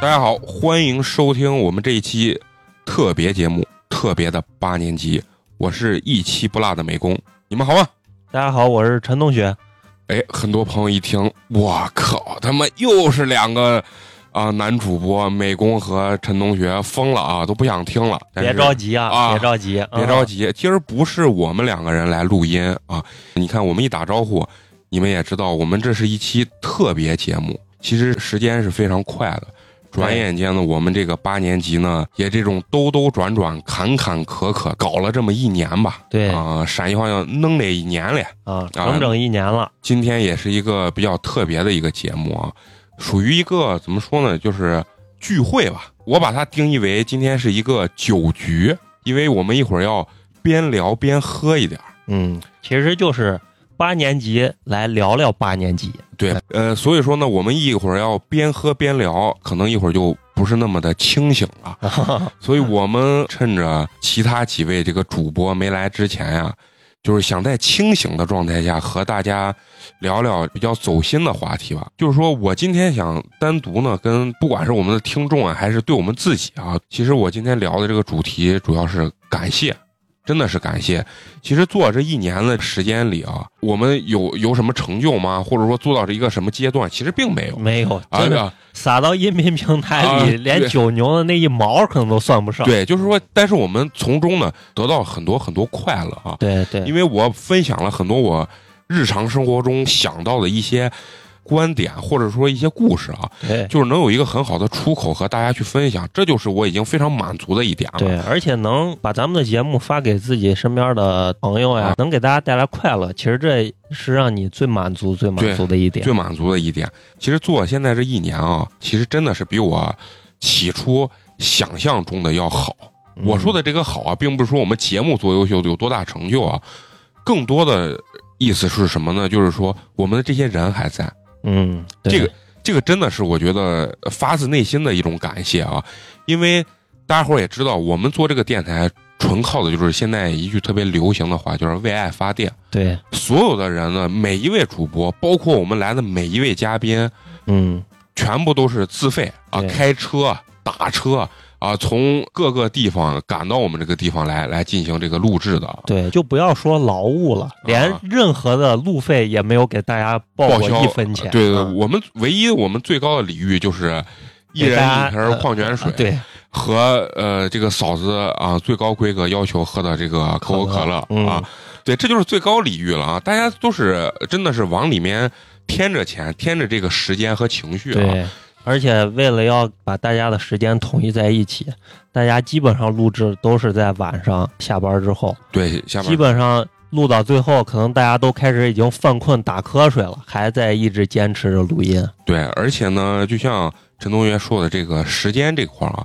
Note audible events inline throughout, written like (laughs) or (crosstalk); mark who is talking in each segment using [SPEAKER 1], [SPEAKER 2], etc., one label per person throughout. [SPEAKER 1] 大家好，欢迎收听我们这一期特别节目，特别的八年级。我是一期不落的美工，你们好吗？
[SPEAKER 2] 大家好，我是陈同学。
[SPEAKER 1] 哎，很多朋友一听，我靠，他妈又是两个啊、男主播美工和陈同学，疯了啊，都不想听了。但
[SPEAKER 2] 别
[SPEAKER 1] 是
[SPEAKER 2] 着急啊，
[SPEAKER 1] 啊
[SPEAKER 2] 别着急，
[SPEAKER 1] 别着急，今儿不是我们两个人来录音啊。你看，我们一打招呼，你们也知道，我们这是一期特别节目。其实时间是非常快的，转眼间呢，我们这个八年级呢，也这种兜兜转转、坎坎坷坷，搞了这么一年吧
[SPEAKER 2] 嗯。对啊，
[SPEAKER 1] 啊、陕西话叫弄了一年嘞。
[SPEAKER 2] 整整一年了，
[SPEAKER 1] 今天也是一个比较特别的一个节目啊，属于一个怎么说呢，就是聚会吧。我把它定义为今天是一个酒局，因为我们一会儿要边聊边喝一点儿。
[SPEAKER 2] 嗯，其实就是八年级来聊聊八年级，
[SPEAKER 1] 对，呃，所以说呢，我们一会儿要边喝边聊，可能一会儿就不是那么的清醒了。所以我们趁着其他几位这个主播没来之前呀、就是想在清醒的状态下和大家聊聊比较走心的话题吧。就是说我今天想单独呢，跟不管是我们的听众啊，还是对我们自己啊，其实我今天聊的这个主题主要是感谢。真的是感谢。其实做这一年的时间里啊，我们有有什么成就吗？或者说做到这一个什么阶段？其实并没有。
[SPEAKER 2] 没有，
[SPEAKER 1] 啊
[SPEAKER 2] 真
[SPEAKER 1] 对
[SPEAKER 2] 的
[SPEAKER 1] 啊，
[SPEAKER 2] 撒到音频平台
[SPEAKER 1] 啊
[SPEAKER 2] 里，连
[SPEAKER 1] 对
[SPEAKER 2] 九牛的那一毛可能都算不上。
[SPEAKER 1] 对，就是说，但是我们从中呢得到很多很多快乐啊。
[SPEAKER 2] 对对
[SPEAKER 1] 因为我分享了很多我日常生活中想到的一些观点，或者说一些故事啊，
[SPEAKER 2] 对
[SPEAKER 1] 就是能有一个很好的出口和大家去分享，这就是我已经非常满足的一点了。
[SPEAKER 2] 对，而且能把咱们的节目发给自己身边的朋友呀
[SPEAKER 1] 啊，
[SPEAKER 2] 能给大家带来快乐，其实这是让你最满足、最满足的一点
[SPEAKER 1] 最。满足的一点，其实做现在这一年啊，其实真的是比我起初想象中的要好。
[SPEAKER 2] 嗯
[SPEAKER 1] 我说的这个好啊，并不是说我们节目多优秀有多大成就啊，更多的意思是什么呢？就是说我们的这些人还在，
[SPEAKER 2] 嗯，对
[SPEAKER 1] 这个这个真的是我觉得呃发自内心的一种感谢啊，因为大家伙儿也知道，我们做这个电台纯靠的就是现在一句特别流行的话，就是为爱发电。
[SPEAKER 2] 对，
[SPEAKER 1] 所有的人呢，每一位主播，包括我们来的每一位嘉宾，
[SPEAKER 2] 嗯，
[SPEAKER 1] 全部都是自费啊，
[SPEAKER 2] 对
[SPEAKER 1] 开车、打车啊，从各个地方赶到我们这个地方来来进行这个录制的。啊
[SPEAKER 2] 对，就不要说劳务了，啊连任何的路费也没有给大家报
[SPEAKER 1] 报
[SPEAKER 2] 过
[SPEAKER 1] 销
[SPEAKER 2] 一分钱。
[SPEAKER 1] 对对，
[SPEAKER 2] 嗯
[SPEAKER 1] 我们唯一我们最高的礼遇就是一
[SPEAKER 2] 给
[SPEAKER 1] 人
[SPEAKER 2] 大
[SPEAKER 1] 一
[SPEAKER 2] 家
[SPEAKER 1] 瓶矿泉水
[SPEAKER 2] 啊，对，
[SPEAKER 1] 和呃这个嫂子啊最高规格要求喝的这个可口可乐
[SPEAKER 2] 嗯
[SPEAKER 1] 啊，对，这就是最高礼遇了啊！大家都是真的是往里面添着钱，添着这个时间和情绪啊，
[SPEAKER 2] 对，而且为了要把大家的时间统一在一起，大家基本上录制都是在晚上下班之后，
[SPEAKER 1] 对，下
[SPEAKER 2] 基
[SPEAKER 1] 面
[SPEAKER 2] 本上录到最后，可能大家都开始已经犯困打瞌睡了，还在一直坚持着录音。
[SPEAKER 1] 对，而且呢，就像陈同学说的，这个时间这块儿啊，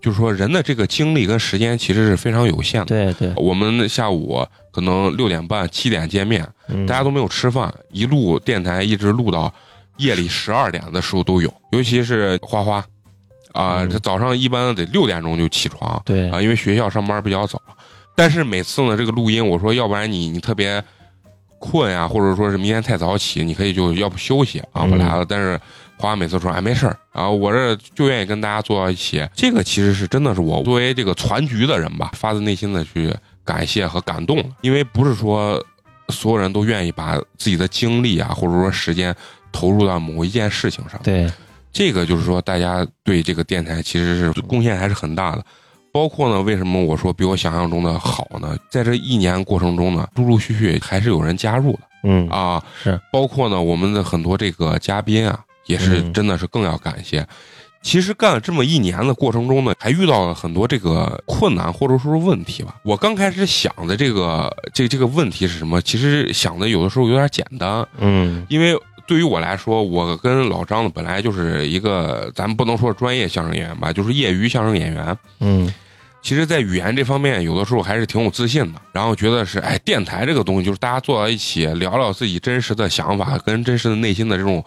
[SPEAKER 1] 就是说人的这个精力跟时间其实是非常有限的。
[SPEAKER 2] 对对，
[SPEAKER 1] 我们下午可能六点半、七点见面，
[SPEAKER 2] 嗯
[SPEAKER 1] 大家都没有吃饭，一路电台一直录到夜里十二点的时候都有，尤其是花花啊，
[SPEAKER 2] 嗯
[SPEAKER 1] 这早上一般得六点钟就起床啊、
[SPEAKER 2] 对
[SPEAKER 1] 因为学校上班比较早。但是每次呢，这个录音我说，要不然你你特别困啊呀、或者说是明天太早起，你可以就要不休息啊，
[SPEAKER 2] 嗯
[SPEAKER 1] 我来了。但是花花每次说，哎，没事儿啊，我这就愿意跟大家坐到一起。这个其实是真的是我作为这个攒局的人吧，发自内心的去感谢和感动，因为不是说所有人都愿意把自己的精力啊，或者说时间投入到某一件事情上。
[SPEAKER 2] 对
[SPEAKER 1] 这个就是说，大家对这个电台其实是贡献还是很大的。包括呢，为什么我说比我想象中的好呢？在这一年过程中呢，陆陆续续还是有人加入的
[SPEAKER 2] 嗯
[SPEAKER 1] 啊。
[SPEAKER 2] 是
[SPEAKER 1] 包括呢，我们的很多这个嘉宾啊，也是
[SPEAKER 2] 嗯
[SPEAKER 1] 真的是更要感谢。其实干了这么一年的过程中呢，还遇到了很多这个困难或者说是问题吧。我刚开始想的这个这这个问题是什么？其实想的有的时候有点简单，
[SPEAKER 2] 嗯
[SPEAKER 1] 因为对于我来说，我跟老张呢本来就是一个，咱们不能说专业相声演员吧，就是业余相声演员。
[SPEAKER 2] 嗯
[SPEAKER 1] 其实，在语言这方面，有的时候还是挺有自信的。然后觉得是，哎，电台这个东西就是大家坐到一起聊聊自己真实的想法跟真实的内心的这种，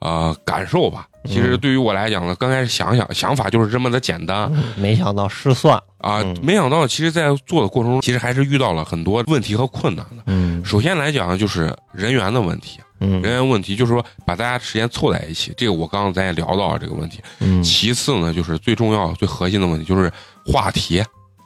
[SPEAKER 1] 呃，感受吧。其实对于我来讲呢，刚开始想想想法就是这么的简单
[SPEAKER 2] 嗯，没想到失算。
[SPEAKER 1] 啊
[SPEAKER 2] 嗯，
[SPEAKER 1] 没想到其实，在做的过程中，其实还是遇到了很多问题和困难的。
[SPEAKER 2] 嗯
[SPEAKER 1] 首先来讲就是人员的问题，
[SPEAKER 2] 嗯
[SPEAKER 1] 人员问题，就是说把大家时间凑在一起。这个我刚刚咱也聊到了这个问题。
[SPEAKER 2] 嗯，
[SPEAKER 1] 其次呢，就是最重要、最核心的问题就是话题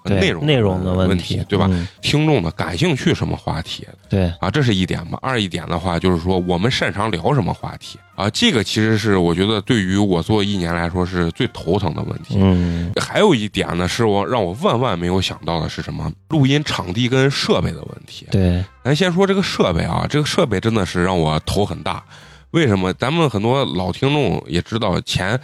[SPEAKER 1] 和
[SPEAKER 2] 对
[SPEAKER 1] 内容
[SPEAKER 2] 内容的
[SPEAKER 1] 问
[SPEAKER 2] 题，
[SPEAKER 1] 对吧？
[SPEAKER 2] 嗯
[SPEAKER 1] 听众呢感兴趣什么话题
[SPEAKER 2] 对，
[SPEAKER 1] 啊，这是一点嘛。二一点的话，就是说我们擅长聊什么话题啊，这个其实是我觉得对于我做一年来说是最头疼的问题。
[SPEAKER 2] 嗯
[SPEAKER 1] 还有一点呢，是我让我万万没有想到的是什么？录音场地跟设备的问题。
[SPEAKER 2] 对，
[SPEAKER 1] 咱哎先说这个设备啊，这个设备真的是让我头很大。为什么？咱们很多老听众也知道，前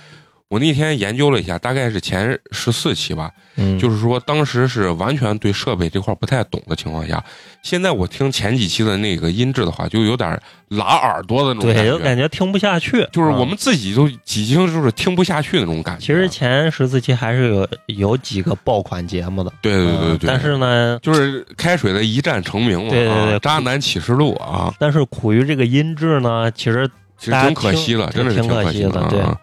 [SPEAKER 1] 我那天研究了一下，大概是前十四期吧，
[SPEAKER 2] 嗯
[SPEAKER 1] 就是说当时是完全对设备这块不太懂的情况下，现在我听前几期的那个音质的话，就有点拉耳朵的那种
[SPEAKER 2] 对，
[SPEAKER 1] 感
[SPEAKER 2] 就
[SPEAKER 1] 觉，
[SPEAKER 2] 感觉听不下去，
[SPEAKER 1] 就是
[SPEAKER 2] 啊
[SPEAKER 1] 我们自己都已经就是听不下去那种感觉。啊
[SPEAKER 2] 其实前十四期还是有有几个爆款节目的，
[SPEAKER 1] 对对对对
[SPEAKER 2] 嗯
[SPEAKER 1] 对，
[SPEAKER 2] 但是呢，
[SPEAKER 1] 就是开水的一战成名嘛，
[SPEAKER 2] 对对对
[SPEAKER 1] 啊渣男启示录啊，
[SPEAKER 2] 但是苦于这个音质呢，其实
[SPEAKER 1] 其实挺可惜了，
[SPEAKER 2] 大家
[SPEAKER 1] 真的是
[SPEAKER 2] 挺
[SPEAKER 1] 可惜
[SPEAKER 2] 挺可惜的
[SPEAKER 1] 啊。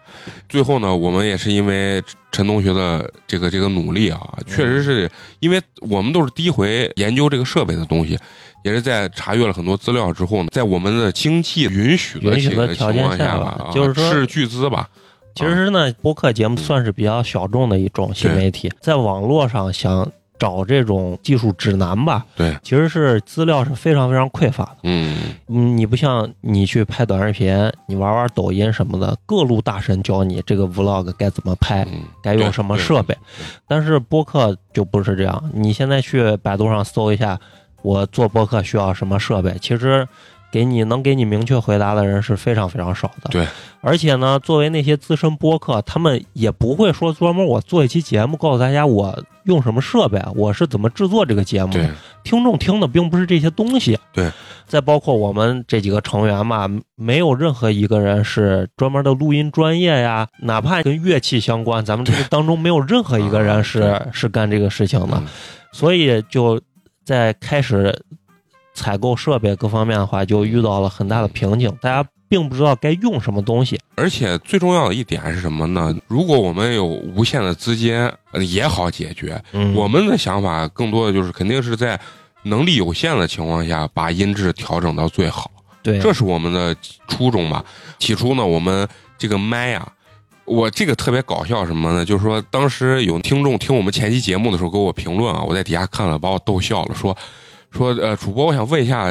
[SPEAKER 1] 最后呢，我们也是因为陈同学的这个这个努力啊，
[SPEAKER 2] 嗯
[SPEAKER 1] 确实是因为我们都是第一回研究这个设备的东西，也是在查阅了很多资料之后呢，在我们的经济允许的
[SPEAKER 2] 允许
[SPEAKER 1] 这
[SPEAKER 2] 的
[SPEAKER 1] 个
[SPEAKER 2] 条
[SPEAKER 1] 情
[SPEAKER 2] 件
[SPEAKER 1] 况
[SPEAKER 2] 下
[SPEAKER 1] 吧，
[SPEAKER 2] 吧
[SPEAKER 1] 啊
[SPEAKER 2] 就是说
[SPEAKER 1] 斥巨资吧，
[SPEAKER 2] 其实呢，播客节
[SPEAKER 1] 嗯
[SPEAKER 2] 目算是比较小众的一种新媒体，在网络上想找这种技术指南吧，
[SPEAKER 1] 对，
[SPEAKER 2] 其实是资料是非常非常匮乏的。
[SPEAKER 1] 嗯，
[SPEAKER 2] 嗯，你不像你去拍短视频，你玩玩抖音什么的，各路大神教你这个 vlog 该怎么拍，
[SPEAKER 1] 嗯
[SPEAKER 2] 该用什么设备。但是播客就不是这样，你现在去百度上搜一下，我做播客需要什么设备，其实给你能给你明确回答的人是非常非常少的。
[SPEAKER 1] 对，
[SPEAKER 2] 而且呢，作为那些资深播客，他们也不会说专门我做一期节目告诉大家我用什么设备，啊我是怎么制作这个节目。
[SPEAKER 1] 对，
[SPEAKER 2] 听众听的并不是这些东西。
[SPEAKER 1] 对，
[SPEAKER 2] 再包括我们这几个成员嘛，没有任何一个人是专门的录音专业呀，哪怕跟乐器相关，咱们这个当中没有任何一个人
[SPEAKER 1] 啊
[SPEAKER 2] 是是干这个事情的
[SPEAKER 1] 嗯，
[SPEAKER 2] 所以就在开始采购设备各方面的话，就遇到了很大的瓶颈，大家并不知道该用什么东西。
[SPEAKER 1] 而且最重要的一点是什么呢？如果我们有无限的资金，呃也好解决。
[SPEAKER 2] 嗯
[SPEAKER 1] 我们的想法更多的就是，肯定是在能力有限的情况下，把音质调整到最好，
[SPEAKER 2] 对
[SPEAKER 1] 这是我们的初衷吧。起初呢，我们这个麦啊，我这个特别搞笑什么呢？就是说，当时有听众听我们前期节目的时候给我评论啊，我在底下看了，把我逗笑了，说说呃，主播，我想问一下，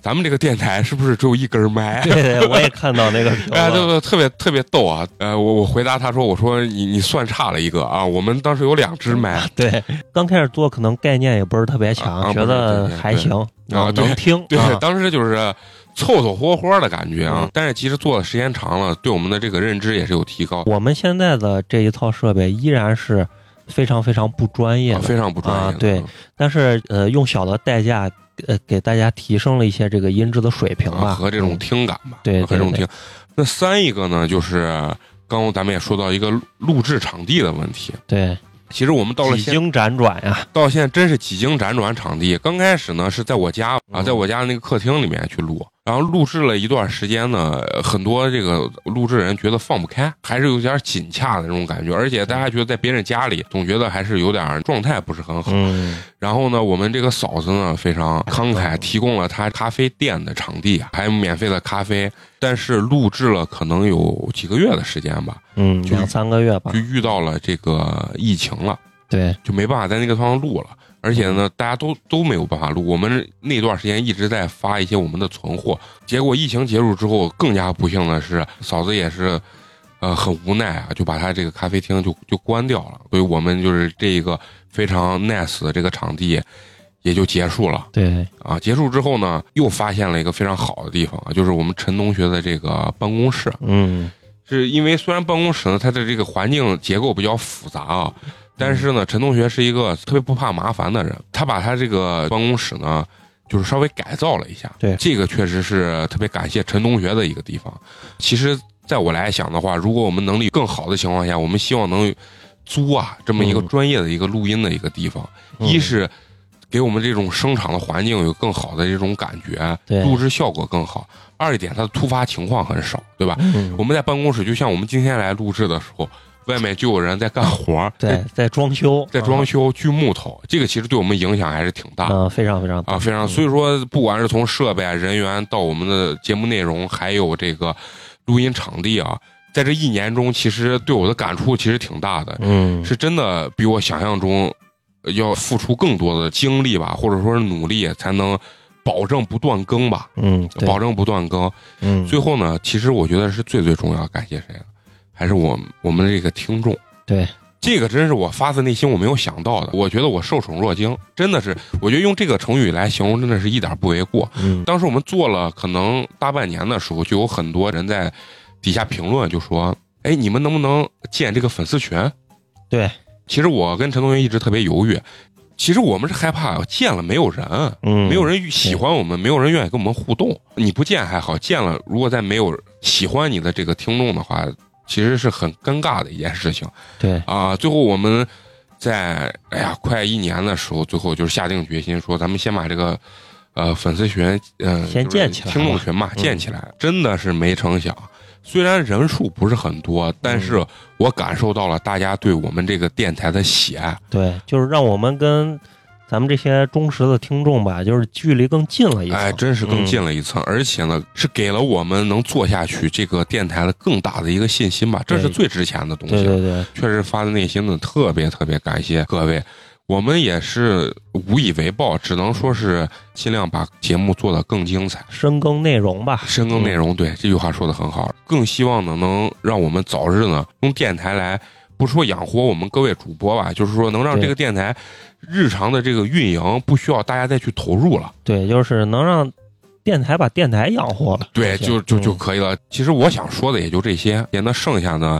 [SPEAKER 1] 咱们这个电台是不是只有一根麦？啊
[SPEAKER 2] (laughs) 对 (laughs) 对，我也看到那个
[SPEAKER 1] (laughs)
[SPEAKER 2] 评
[SPEAKER 1] 哎，对
[SPEAKER 2] 论。
[SPEAKER 1] 对，特别特别逗啊！呃，我我回答他说，我说你你算差了一个啊，我们当时有两只麦，
[SPEAKER 2] 对，刚开始做可能概念也不是特别强，
[SPEAKER 1] 啊啊
[SPEAKER 2] 觉得
[SPEAKER 1] 不是特别
[SPEAKER 2] 还行，
[SPEAKER 1] 啊对
[SPEAKER 2] 能
[SPEAKER 1] (laughs)
[SPEAKER 2] 听。
[SPEAKER 1] 对，
[SPEAKER 2] 啊
[SPEAKER 1] 当时就是凑凑合合的感觉啊。
[SPEAKER 2] 嗯
[SPEAKER 1] 但是其实做的时间长了，对我们的这个认知也是有提高，
[SPEAKER 2] 我们现在的这一套设备依然是非常非常不专业
[SPEAKER 1] 啊
[SPEAKER 2] 的，
[SPEAKER 1] 非常不专业的、
[SPEAKER 2] 啊对但是呃，用小的代价，呃，给大家提升了一些这个音质的水平
[SPEAKER 1] 啊，
[SPEAKER 2] 吧。
[SPEAKER 1] 和这种
[SPEAKER 2] 嗯
[SPEAKER 1] 听感吧，
[SPEAKER 2] 对对
[SPEAKER 1] 和这种
[SPEAKER 2] 对
[SPEAKER 1] 听。那三一个呢，就是刚刚咱们也说到一个录录制场地的问题。
[SPEAKER 2] 对，
[SPEAKER 1] 其实我们到了
[SPEAKER 2] 几
[SPEAKER 1] 现啊
[SPEAKER 2] 经辗转啊呀，
[SPEAKER 1] 到现在真是几经辗转场地。刚开始呢是在我家啊，
[SPEAKER 2] 嗯
[SPEAKER 1] 在我家那个客厅里面去录，然后录制了一段时间呢，很多这个录制人觉得放不开，还是有点紧洽的那种感觉，而且大家觉得在别人家里总觉得还是有点状态不是很好。
[SPEAKER 2] 嗯，
[SPEAKER 1] 然后呢，我们这个嫂子呢非常慷慨，提供了她咖啡店的场地，还有免费的咖啡，但是录制了可能有几个月的时间吧，
[SPEAKER 2] 嗯，
[SPEAKER 1] (laughs) 就
[SPEAKER 2] 两三个月吧
[SPEAKER 1] 就。遇到了这个疫情了。
[SPEAKER 2] 对，
[SPEAKER 1] 就没办法在那个地方录了。而且呢，大家都都没有办法录。我们那段时间一直在发一些我们的存货，结果疫情结束之后，更加不幸的是，嫂子也是，呃，很无奈啊，就把她这个咖啡厅就就关掉了。所以我们就是这一个非常 nice 的这个场地，也就结束了
[SPEAKER 2] 对，
[SPEAKER 1] 啊。结束之后呢，又发现了一个非常好的地方啊，就是我们陈同学的这个办公室。
[SPEAKER 2] 嗯，
[SPEAKER 1] 是因为虽然办公室呢，它的这个环境结构比较复杂啊，但是呢，陈同学是一个特别不怕麻烦的人，他把他这个办公室呢，就是稍微改造了一下。
[SPEAKER 2] 对
[SPEAKER 1] 这个确实是特别感谢陈同学的一个地方。其实，在我来想的话，如果我们能力更好的情况下，我们希望能租啊这么一个
[SPEAKER 2] 嗯
[SPEAKER 1] 专业的一个录音的一个地方，
[SPEAKER 2] 嗯
[SPEAKER 1] 一是给我们这种声场的环境有更好的这种感觉，
[SPEAKER 2] 对
[SPEAKER 1] 录制效果更好。二一点，它的突发情况很少，对吧？
[SPEAKER 2] 嗯
[SPEAKER 1] 我们在办公室，就像我们今天来录制的时候，外面就有人在干活儿，
[SPEAKER 2] 对，在装修，
[SPEAKER 1] 哎在装修锯木头，这个其实对我们影响还是挺大的。
[SPEAKER 2] 嗯，非常非常
[SPEAKER 1] 啊，非常。所以说，不管是从设备啊、人员到我们的节目内容，还有这个录音场地啊，在这一年中，其实对我的感触其实挺大的，
[SPEAKER 2] 嗯，
[SPEAKER 1] 是真的比我想象中呃要付出更多的精力吧，或者说是努力，才能保证不断更吧，
[SPEAKER 2] 嗯，对
[SPEAKER 1] 保证不断更。
[SPEAKER 2] 嗯，
[SPEAKER 1] 最后呢，其实我觉得是最最重要，感谢谁呢？还是我我们这个听众。
[SPEAKER 2] 对，
[SPEAKER 1] 这个真是我发自内心我没有想到的，我觉得我受宠若惊，真的是，我觉得用这个成语来形容真的是一点不为过。
[SPEAKER 2] 嗯
[SPEAKER 1] 当时我们做了可能大半年的时候，就有很多人在底下评论，就说：“哎，你们能不能建这个粉丝群？”
[SPEAKER 2] 对，
[SPEAKER 1] 其实我跟陈同学一直特别犹豫，其实我们是害怕建了没有人，
[SPEAKER 2] 嗯，
[SPEAKER 1] 没有人喜欢我们，没有人愿意跟我们互动。你不见还好，见了如果再没有喜欢你的这个听众的话，其实是很尴尬的一件事情
[SPEAKER 2] 对，
[SPEAKER 1] 啊。最后我们在哎呀快一年的时候，最后就是下定决心说，咱们先把这个呃粉丝群呃
[SPEAKER 2] 先
[SPEAKER 1] 就是
[SPEAKER 2] 建起来
[SPEAKER 1] 听众群嘛
[SPEAKER 2] 嗯
[SPEAKER 1] 建起来，真的是没成想。虽然人数不是很多，但
[SPEAKER 2] 嗯
[SPEAKER 1] 是我感受到了大家对我们这个电台的喜爱。
[SPEAKER 2] 对，就是让我们跟咱们这些忠实的听众吧，就是距离更近了一层。嗯
[SPEAKER 1] 哎，真是更近了一层，而且呢，是给了我们能做下去这个电台的更大的一个信心吧，这是
[SPEAKER 2] 对
[SPEAKER 1] 最值钱的东西。
[SPEAKER 2] 对对对，
[SPEAKER 1] 确实发自内心的特别特别感谢各位，我们也是无以为报，只能说是尽量把节目做得更精彩。
[SPEAKER 2] 深耕内容吧。
[SPEAKER 1] 深耕内容，对这句话说的很好，更希望呢能让我们早日呢用电台来，不说养活我们各位主播吧，就是说能让
[SPEAKER 2] 对
[SPEAKER 1] 这个电台日常的这个运营不需要大家再去投入了。
[SPEAKER 2] 对，就是能让电台把电台养活了。
[SPEAKER 1] 对，
[SPEAKER 2] 这
[SPEAKER 1] 就就就
[SPEAKER 2] 嗯
[SPEAKER 1] 可以了。其实我想说的也就这些，那剩下呢，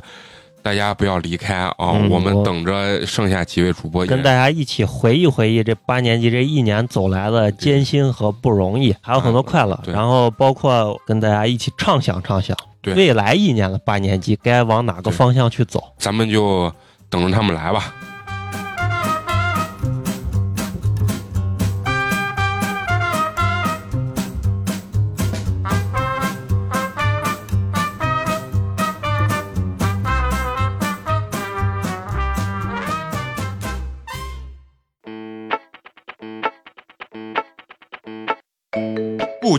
[SPEAKER 1] 大家不要离开啊，
[SPEAKER 2] 嗯
[SPEAKER 1] 我们
[SPEAKER 2] 我
[SPEAKER 1] 等着剩下几位主播也
[SPEAKER 2] 跟大家一起回忆回忆这八年级这一年走来的艰辛和不容易，还有很多快乐。
[SPEAKER 1] 对
[SPEAKER 2] 然后包括跟大家一起畅想畅想，
[SPEAKER 1] 对
[SPEAKER 2] 未来一年的八年级该往哪个
[SPEAKER 1] 对
[SPEAKER 2] 方向去走。
[SPEAKER 1] 咱们就等着他们来吧。不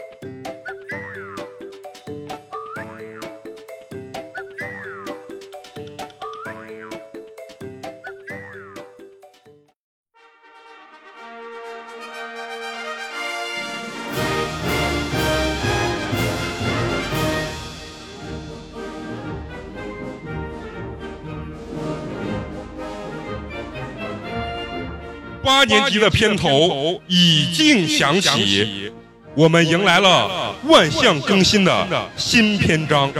[SPEAKER 1] 八
[SPEAKER 3] 年
[SPEAKER 1] 年级
[SPEAKER 3] 级
[SPEAKER 1] 的
[SPEAKER 3] 的
[SPEAKER 1] 片
[SPEAKER 3] 片
[SPEAKER 1] 头
[SPEAKER 3] 头
[SPEAKER 1] 已
[SPEAKER 3] 已经
[SPEAKER 1] 经
[SPEAKER 3] 响
[SPEAKER 1] 响起，
[SPEAKER 3] 起，
[SPEAKER 1] 我们迎
[SPEAKER 3] 迎
[SPEAKER 1] 来
[SPEAKER 3] 来
[SPEAKER 1] 了
[SPEAKER 3] 了
[SPEAKER 1] 万
[SPEAKER 3] 万
[SPEAKER 1] 象
[SPEAKER 3] 象
[SPEAKER 1] 更
[SPEAKER 3] 更
[SPEAKER 1] 新
[SPEAKER 3] 新
[SPEAKER 1] 的
[SPEAKER 3] 的
[SPEAKER 1] 新篇章。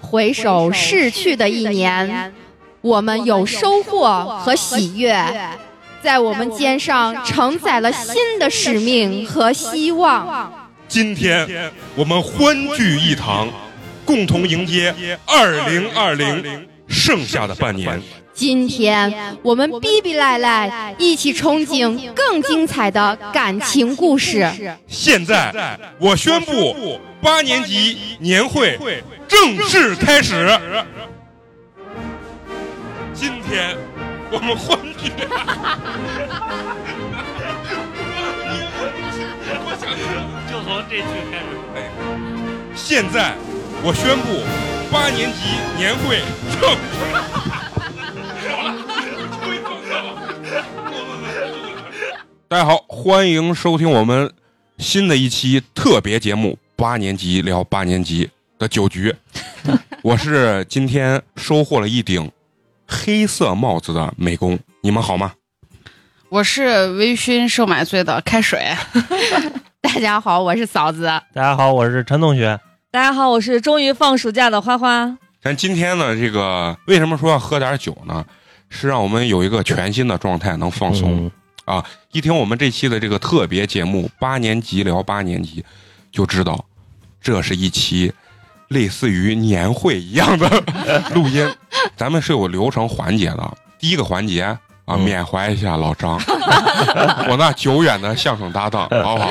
[SPEAKER 4] 回首
[SPEAKER 5] 首
[SPEAKER 4] 逝
[SPEAKER 5] 逝
[SPEAKER 4] 去
[SPEAKER 5] 去
[SPEAKER 4] 的
[SPEAKER 5] 的
[SPEAKER 4] 一
[SPEAKER 5] 一
[SPEAKER 4] 年
[SPEAKER 5] 年，，
[SPEAKER 4] 我
[SPEAKER 5] 我
[SPEAKER 4] 们
[SPEAKER 5] 们
[SPEAKER 4] 有
[SPEAKER 5] 有
[SPEAKER 4] 收
[SPEAKER 5] 收
[SPEAKER 4] 获
[SPEAKER 5] 获
[SPEAKER 4] 和
[SPEAKER 5] 和
[SPEAKER 4] 喜
[SPEAKER 5] 喜
[SPEAKER 4] 悦，
[SPEAKER 5] 悦，
[SPEAKER 4] 在我
[SPEAKER 5] 我
[SPEAKER 4] 们
[SPEAKER 5] 们
[SPEAKER 4] 肩
[SPEAKER 5] 肩
[SPEAKER 4] 上
[SPEAKER 5] 上
[SPEAKER 4] 承
[SPEAKER 5] 承
[SPEAKER 4] 载
[SPEAKER 5] 载
[SPEAKER 4] 了
[SPEAKER 5] 了
[SPEAKER 4] 新
[SPEAKER 5] 新
[SPEAKER 4] 的
[SPEAKER 5] 的
[SPEAKER 4] 使
[SPEAKER 5] 使
[SPEAKER 4] 命
[SPEAKER 5] 命
[SPEAKER 4] 和
[SPEAKER 5] 和
[SPEAKER 4] 希
[SPEAKER 5] 希
[SPEAKER 4] 望。
[SPEAKER 5] 望。
[SPEAKER 1] 今天
[SPEAKER 3] 天
[SPEAKER 1] 我们欢聚
[SPEAKER 3] 聚
[SPEAKER 1] 一
[SPEAKER 3] 一
[SPEAKER 1] 堂
[SPEAKER 3] 堂，，
[SPEAKER 1] 共同
[SPEAKER 3] 同
[SPEAKER 1] 迎
[SPEAKER 3] 迎
[SPEAKER 1] 接
[SPEAKER 3] 接
[SPEAKER 1] 二
[SPEAKER 3] 二
[SPEAKER 1] 零
[SPEAKER 3] 零
[SPEAKER 1] 二
[SPEAKER 3] 二
[SPEAKER 1] 零
[SPEAKER 3] 零
[SPEAKER 1] 剩下
[SPEAKER 3] 下
[SPEAKER 1] 的
[SPEAKER 3] 的半
[SPEAKER 1] 半
[SPEAKER 3] 年
[SPEAKER 1] 年。。
[SPEAKER 4] 今天我们逼逼赖赖一起憧憬更精彩的感情故事。
[SPEAKER 1] 现
[SPEAKER 3] 在
[SPEAKER 1] 在
[SPEAKER 3] 我
[SPEAKER 1] 我
[SPEAKER 3] 宣
[SPEAKER 1] 宣
[SPEAKER 3] 布
[SPEAKER 1] 布，八
[SPEAKER 3] 八
[SPEAKER 1] 年
[SPEAKER 3] 年
[SPEAKER 1] 级
[SPEAKER 3] 级
[SPEAKER 1] 年
[SPEAKER 3] 会
[SPEAKER 1] 会正
[SPEAKER 3] 正
[SPEAKER 1] 式
[SPEAKER 3] 式
[SPEAKER 1] 开
[SPEAKER 3] 开
[SPEAKER 1] 始
[SPEAKER 3] 始。。
[SPEAKER 1] 今天我们欢聚。
[SPEAKER 2] 就从这句开始。
[SPEAKER 1] 现在我宣布，八年级年会正式。大家好，欢迎收听我们新的一期特别节目《八年级聊八年级》的酒局。我是今天收获了一顶黑色帽子的美工，你们好吗？
[SPEAKER 6] 我是微醺售买醉的开水，
[SPEAKER 4] 大家好，我是嫂
[SPEAKER 1] 啊
[SPEAKER 4] 子。
[SPEAKER 2] 大家好，我是陈同学。
[SPEAKER 7] 大家好，我是终于放暑假的花花。
[SPEAKER 1] 咱今天呢，这个为什么说要喝点酒呢？是让我们有一个全新的状态，能放松。
[SPEAKER 2] 嗯
[SPEAKER 1] 一听我们这期的这个特别节目《八年级聊八年级》，就知道
[SPEAKER 2] (laughs)
[SPEAKER 1] 这是一期类似于年会一样的录音。咱们是有流程环节的。第一个环节啊，
[SPEAKER 2] 嗯
[SPEAKER 1] 缅怀一下老张， (laughs) 我那久远的相声搭档，
[SPEAKER 2] (laughs)
[SPEAKER 1] 好不好？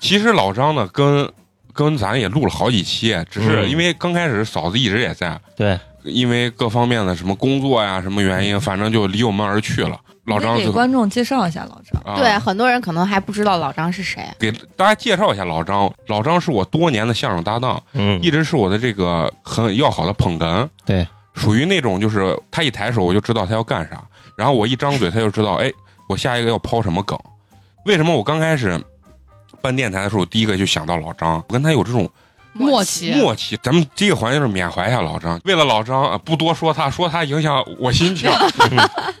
[SPEAKER 1] 其实老张呢，跟跟咱也录了好几期，只是
[SPEAKER 2] 嗯
[SPEAKER 1] 因为刚开始嫂子一直也在，
[SPEAKER 2] 对，嗯
[SPEAKER 1] 因为各方面的什么工作呀、什么原因，反正就离我们而去了。老张
[SPEAKER 7] 你给
[SPEAKER 1] 就
[SPEAKER 7] 观众介绍一下老张。
[SPEAKER 1] 啊
[SPEAKER 3] 对，很多人可能还不知道老张是谁。啊
[SPEAKER 1] 给大家介绍一下老张，老张是我多年的相声搭档，
[SPEAKER 2] 嗯
[SPEAKER 1] 一直是我的这个很要好的捧哏。
[SPEAKER 2] 对，
[SPEAKER 1] 属于那种就是他一抬手我就知道他要干啥，然后我一张嘴他就知道，哎，我下一个要抛什么梗。为什么我刚开始办电台的时候，第一个就想到老张，我跟他有这种
[SPEAKER 6] 默契
[SPEAKER 1] 默契。咱们第一个环节就是缅怀一下老张，为了老张，呃不多说他，说他影响我心情。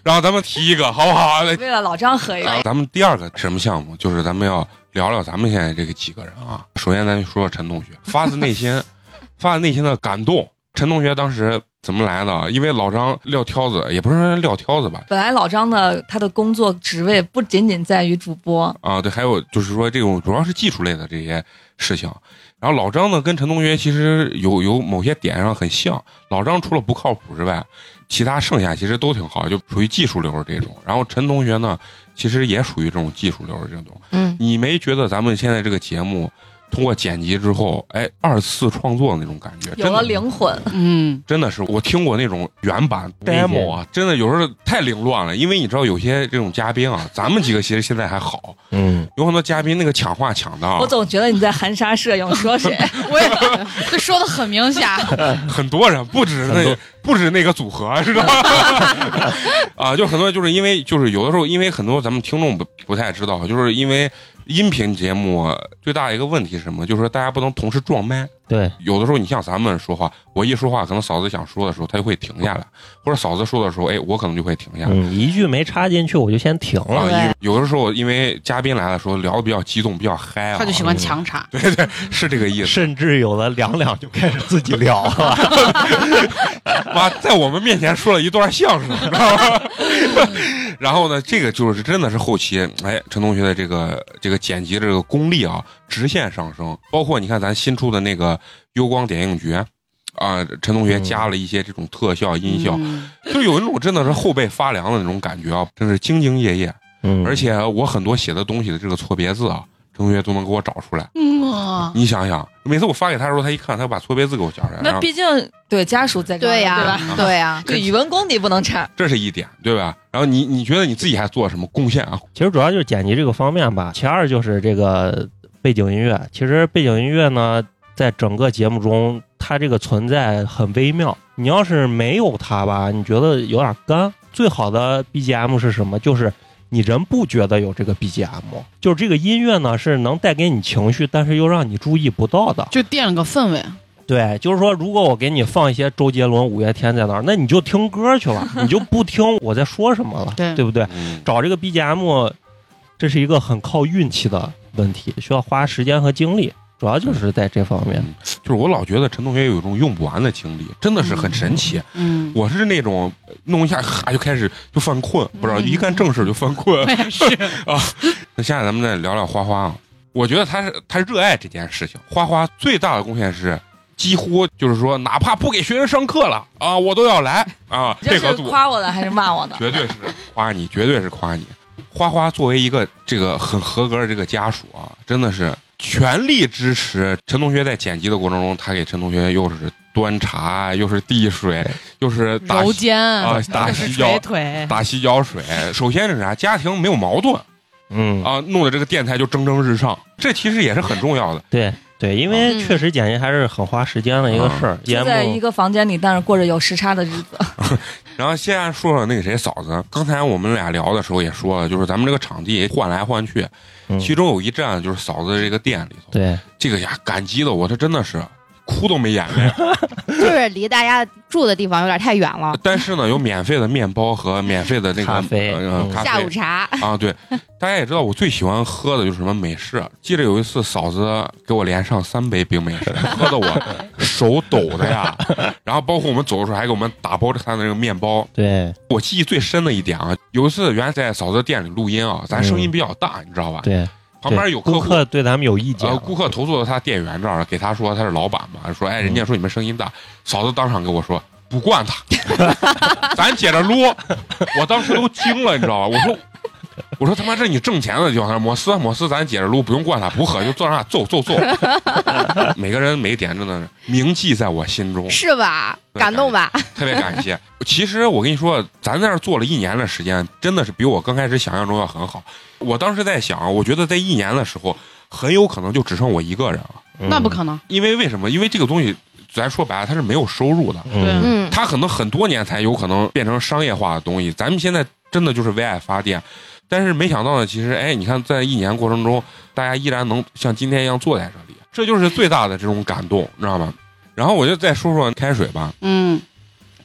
[SPEAKER 1] 然后咱们提一个好不好？来
[SPEAKER 7] 为了老张喝一
[SPEAKER 1] 然后啊咱们第二个什么项目，就是咱们要聊聊咱们现在这个几个人啊。首先，咱就说说陈同学，发自内心， (laughs) 发自内心的感动。陈同学当时怎么来的？因为老张撂挑子，也不是说撂挑子吧，
[SPEAKER 7] 本来老张呢，他的工作职位不仅仅在于主播，
[SPEAKER 1] 啊，对，还有就是说这种主要是技术类的这些事情。然后老张呢，跟陈同学其实有有某些点上很像。老张除了不靠谱之外，其他剩下其实都挺好，就属于技术流儿这种。然后陈同学呢，其实也属于这种技术流儿这种。
[SPEAKER 3] 嗯，
[SPEAKER 1] 你没觉得咱们现在这个节目通过剪辑之后，哎，二次创作那种感觉，
[SPEAKER 7] 有了
[SPEAKER 1] 真的
[SPEAKER 7] 灵魂。
[SPEAKER 6] 嗯，
[SPEAKER 1] 真的是我听过那种原版
[SPEAKER 2] 理解
[SPEAKER 1] demo 啊，真的有时候太凌乱了。因为你知道，有些这种嘉宾啊，咱们几个其实现在还好，
[SPEAKER 2] 嗯，
[SPEAKER 1] 有很多嘉宾那个抢话抢的啊
[SPEAKER 7] 我总觉得你在含沙射影说
[SPEAKER 1] (laughs)
[SPEAKER 7] 谁？
[SPEAKER 6] 我也这说的很明显，
[SPEAKER 1] 很多人不止
[SPEAKER 2] 很
[SPEAKER 1] 那
[SPEAKER 2] 多
[SPEAKER 1] 不止那个组合，
[SPEAKER 2] (laughs)
[SPEAKER 1] 知道吗？啊，就很多就是因为就是有的时候，因为很多咱们听众不不太知道，就是因为音频节目啊最大的一个问题是什么？就是大家不能同时撞麦。
[SPEAKER 2] 对，
[SPEAKER 1] 有的时候你像咱们说话，我一说话，可能嫂子想说的时候，她就会停下来，或者嫂子说的时候，哎，我可能就会停下来。
[SPEAKER 2] 嗯，一句没插进去我就先停了，
[SPEAKER 1] 啊，有有的时候因为嘉宾来的时候聊的比较激动，比较嗨啊，
[SPEAKER 6] 他就喜欢强插。
[SPEAKER 1] (laughs) 是这个意思。
[SPEAKER 2] 甚至有了两两就开始自己聊 (laughs) 了。
[SPEAKER 1] 妈在我们面前说了一段相声，知道吗？ (laughs) 然后呢，这个就是真的是后期，哎，陈同学的这个这个剪辑这个功力啊，直线上升。包括你看咱新出的那个《幽光点映局》。啊，陈同学
[SPEAKER 2] 嗯
[SPEAKER 1] 加了一些这种特效、音效，
[SPEAKER 6] 嗯
[SPEAKER 1] 就有一种真的是后背发凉的那种感觉啊，真是兢兢业业。
[SPEAKER 2] 嗯
[SPEAKER 1] 而且我很多写的东西的这个错别字啊，陈同学都能给我找出来。
[SPEAKER 6] 嗯啊，
[SPEAKER 1] 你想想，每次我发给他的时候，他一看，他把错别字给我讲出来，然
[SPEAKER 7] 那
[SPEAKER 1] 后啊
[SPEAKER 7] 毕竟对家属在岗
[SPEAKER 3] 对呀、
[SPEAKER 7] 对
[SPEAKER 3] (laughs)
[SPEAKER 7] 吧？
[SPEAKER 3] 对啊呀、
[SPEAKER 7] 对语文功底不能差。
[SPEAKER 1] 这是一点，对吧？然后你你觉得你自己还做了什么贡献啊？
[SPEAKER 2] 其实主要就是剪辑这个方面吧，其二就是这个背景音乐。其实背景音乐呢，在整个节目中，它这个存在很微妙。你要是没有它吧，你觉得有点干。最好的 BGM 是什么？就是你人不觉得有这个 BGM，就是这个音乐呢是能带给你情绪，但是又让你注意不到的。
[SPEAKER 6] 就垫了个氛围，
[SPEAKER 2] 对，就是说，如果我给你放一些周杰伦、五月天在那儿，那你就听歌去了，你就不听我在说什么了，
[SPEAKER 6] 对
[SPEAKER 2] 对不对？
[SPEAKER 1] 嗯，
[SPEAKER 2] 找这个 BGM，这是一个很靠运气的问题，需要花时间和精力，主要就是在这方面。
[SPEAKER 1] 就是我老觉得陈同学有一种用不完的精力，真的是很神奇。
[SPEAKER 6] 嗯，
[SPEAKER 1] 我是那种呃弄一下哈就开始就犯困，不知道
[SPEAKER 6] 嗯
[SPEAKER 1] 一干正事就犯困。啊 (laughs)
[SPEAKER 6] 我也 (laughs) 是，
[SPEAKER 1] 那现在咱们再聊聊花花啊，我觉得他是他热爱这件事情。花花最大的贡献是。几乎就是说，哪怕不给学生上课了啊，我都要来
[SPEAKER 6] (laughs)
[SPEAKER 1] 啊！
[SPEAKER 7] 你这
[SPEAKER 1] 配合
[SPEAKER 7] 是
[SPEAKER 1] 度
[SPEAKER 7] 夸我呢，还是骂我呢？
[SPEAKER 1] 绝对是夸你，绝对是夸你。花花作为一个这个很合格的这个家属啊，真的是全力支持陈同学在剪辑的过程中，他给陈同学又是端茶，又是递水，又是打
[SPEAKER 6] 揉肩
[SPEAKER 1] 啊打
[SPEAKER 6] 又
[SPEAKER 1] 洗
[SPEAKER 6] 是
[SPEAKER 1] 脚
[SPEAKER 6] 捶
[SPEAKER 2] 哎
[SPEAKER 6] 腿，
[SPEAKER 1] 打洗脚水。首先是啥？家庭没有矛盾
[SPEAKER 2] 嗯，
[SPEAKER 1] 啊，弄得这个电台就蒸蒸日上，这其实也是很重要的。
[SPEAKER 2] 对对，因为确实剪辑还是很花时间的一
[SPEAKER 1] 啊
[SPEAKER 2] 个事儿。节
[SPEAKER 7] 住在一
[SPEAKER 2] 目
[SPEAKER 7] 个房间里，但是过着有时差的日子。
[SPEAKER 1] 然后先来说说那个谁嫂子，刚才我们俩聊的时候也说了，就是咱们这个场地换来换去，
[SPEAKER 2] 嗯
[SPEAKER 1] 其中有一站就是嫂子这个店里头。
[SPEAKER 2] 对
[SPEAKER 1] 这个呀，感激的我，这真的是哭都没眼
[SPEAKER 2] (laughs)
[SPEAKER 1] 泪。
[SPEAKER 3] 就是离大家住的地方有点太远了。
[SPEAKER 1] 但是呢，有免费的面包和免费的那个
[SPEAKER 2] 咖啡
[SPEAKER 1] 呃
[SPEAKER 2] 嗯
[SPEAKER 1] 咖啡
[SPEAKER 3] 下午茶，
[SPEAKER 1] (laughs) 啊，对，大家也知道我最喜欢喝的就是什么美式。记得有一次嫂子给我连上三杯冰美式，喝的我手抖的
[SPEAKER 2] (laughs)
[SPEAKER 1] 呀。然后包括我们走的时候还给我们打包着他的那个面包。
[SPEAKER 2] 对
[SPEAKER 1] 我记忆最深的一点啊，有一次原来在嫂子店里录音啊，咱声音比较大，你知道吧？
[SPEAKER 2] 嗯对，
[SPEAKER 1] 旁边有
[SPEAKER 2] 顾
[SPEAKER 1] 客户
[SPEAKER 2] 客对咱们有意见
[SPEAKER 1] 呃，，顾客投诉到他店员这儿了，给他说他是老板嘛，说哎，人家说你们声音大，嫂子当场跟我说，不惯他， (laughs) 咱接着录。我当时都惊了，你知道吧？我说，我说他妈这你挣钱了就好像摩斯啊摩斯，咱接着录，不用惯他，不喝就坐那儿揍揍 (laughs) 揍。每个人每点真的铭记在我心中，
[SPEAKER 3] 是吧？
[SPEAKER 1] 对
[SPEAKER 3] 感动吧？
[SPEAKER 1] 特别嗯感谢。其实我跟你说，咱在这儿做了一年的时间，真的是比我刚开始想象中要很好。我当时在想，啊我觉得在一年的时候，很有可能就只剩我一个人了。
[SPEAKER 2] 嗯
[SPEAKER 6] 那不可能。
[SPEAKER 1] 因为为什么？因为这个东西，咱说白了，它是没有收入的，
[SPEAKER 2] 能嗯，
[SPEAKER 3] 嗯，
[SPEAKER 1] 它可能很多年才有可能变成商业化的东西。咱们现在真的就是为爱发电，但是没想到呢，其实哎，你看在一年过程中，大家依然能像今天一样坐在这里，这就是最大的这种感动，你知道吗？然后我就再说说开水吧，
[SPEAKER 6] 嗯，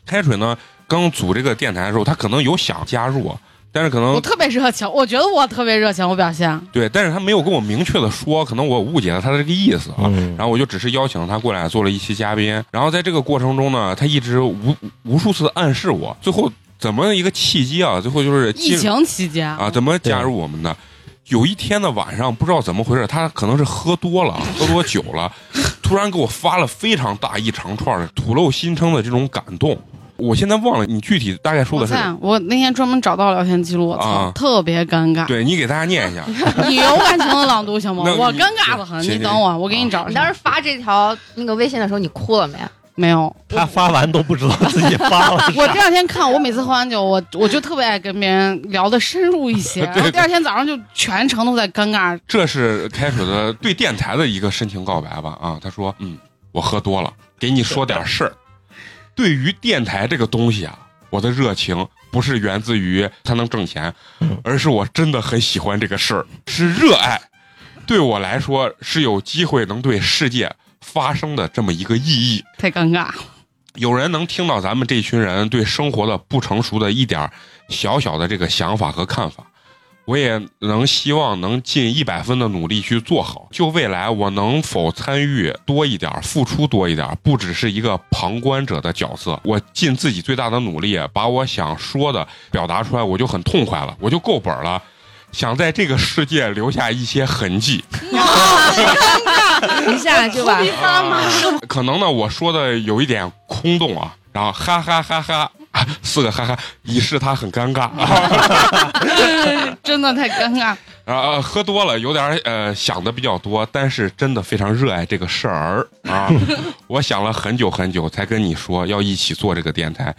[SPEAKER 1] 开水呢，刚组这个电台的时候，他可能有想加入，但是可
[SPEAKER 6] 我
[SPEAKER 1] 能
[SPEAKER 6] 特别热情，我觉得我特别热情，我表现。
[SPEAKER 1] 对，但是他没有跟我明确的说，可能我误解了他的这个意思啊。
[SPEAKER 2] 嗯，
[SPEAKER 1] 然后我就只是邀请他过来做了一期嘉宾，然后在这个过程中呢，他一直无无数次暗示我，最后怎么一个契机啊，最后就是进
[SPEAKER 6] 疫情期间
[SPEAKER 1] 啊，怎么加入我们的？有一天的晚上，不知道怎么回事，他可能是喝多了，喝多酒了，突然给我发了非常大一长串的吐露心声的这种感动。我现在忘了你具体大概说
[SPEAKER 6] 我
[SPEAKER 1] 的是
[SPEAKER 6] 在，我那天专门找到聊天记录，我
[SPEAKER 1] 啊
[SPEAKER 6] 操，特别尴尬。
[SPEAKER 1] 对你给大家念一下，
[SPEAKER 6] 你有感情的朗读行吗
[SPEAKER 1] 那？你
[SPEAKER 6] 我尴尬的很，
[SPEAKER 1] 行
[SPEAKER 6] 你等我，我给你找
[SPEAKER 3] 你
[SPEAKER 6] 一下。
[SPEAKER 3] 当时发这条那个微信的时候，你哭了没？
[SPEAKER 6] 没有，
[SPEAKER 2] 他发完都不知道自己发了
[SPEAKER 6] 我
[SPEAKER 1] (laughs)
[SPEAKER 6] 第二天看，我每次喝完酒，我我就特别爱跟别人聊的深入一些，然后第二天早上就全程都在尴尬。
[SPEAKER 1] 这是开水的对电台的一个深情告白吧？ (laughs) 啊，他说，嗯，我喝多了，给你说点事儿。对于电台这个东西啊，我的热情不是源自于它能挣钱，而是我真的很喜欢这个事儿，是热爱。对我来说，是有机会能对世界发生的这么一个意义。
[SPEAKER 6] 太尴尬， (laughs)
[SPEAKER 1] 有人能听到咱们这群人对生活的不成熟的一点儿小小的这个想法和看法，我也能希望能尽一百分的努力去做好。就未来我能否参与多一点儿，付出多一点儿，不只是一个旁观者的角色，我尽自己最大的努力，把我想说的表达出来，我就很痛快了，我就够本儿了。想在这个世界留下一些痕迹，
[SPEAKER 3] (laughs) 一下就
[SPEAKER 7] (laughs)
[SPEAKER 3] 把
[SPEAKER 1] (laughs) 可能呢，我说的有一点空洞啊，然后哈哈哈哈。啊四个哈哈，以示他很尴尬啊
[SPEAKER 6] 真的太尴尬。
[SPEAKER 1] 啊！喝多了有点儿呃想的比较多，但是真的非常热爱这个事儿啊！我想了很久很久，才跟你说要一起做这个电台，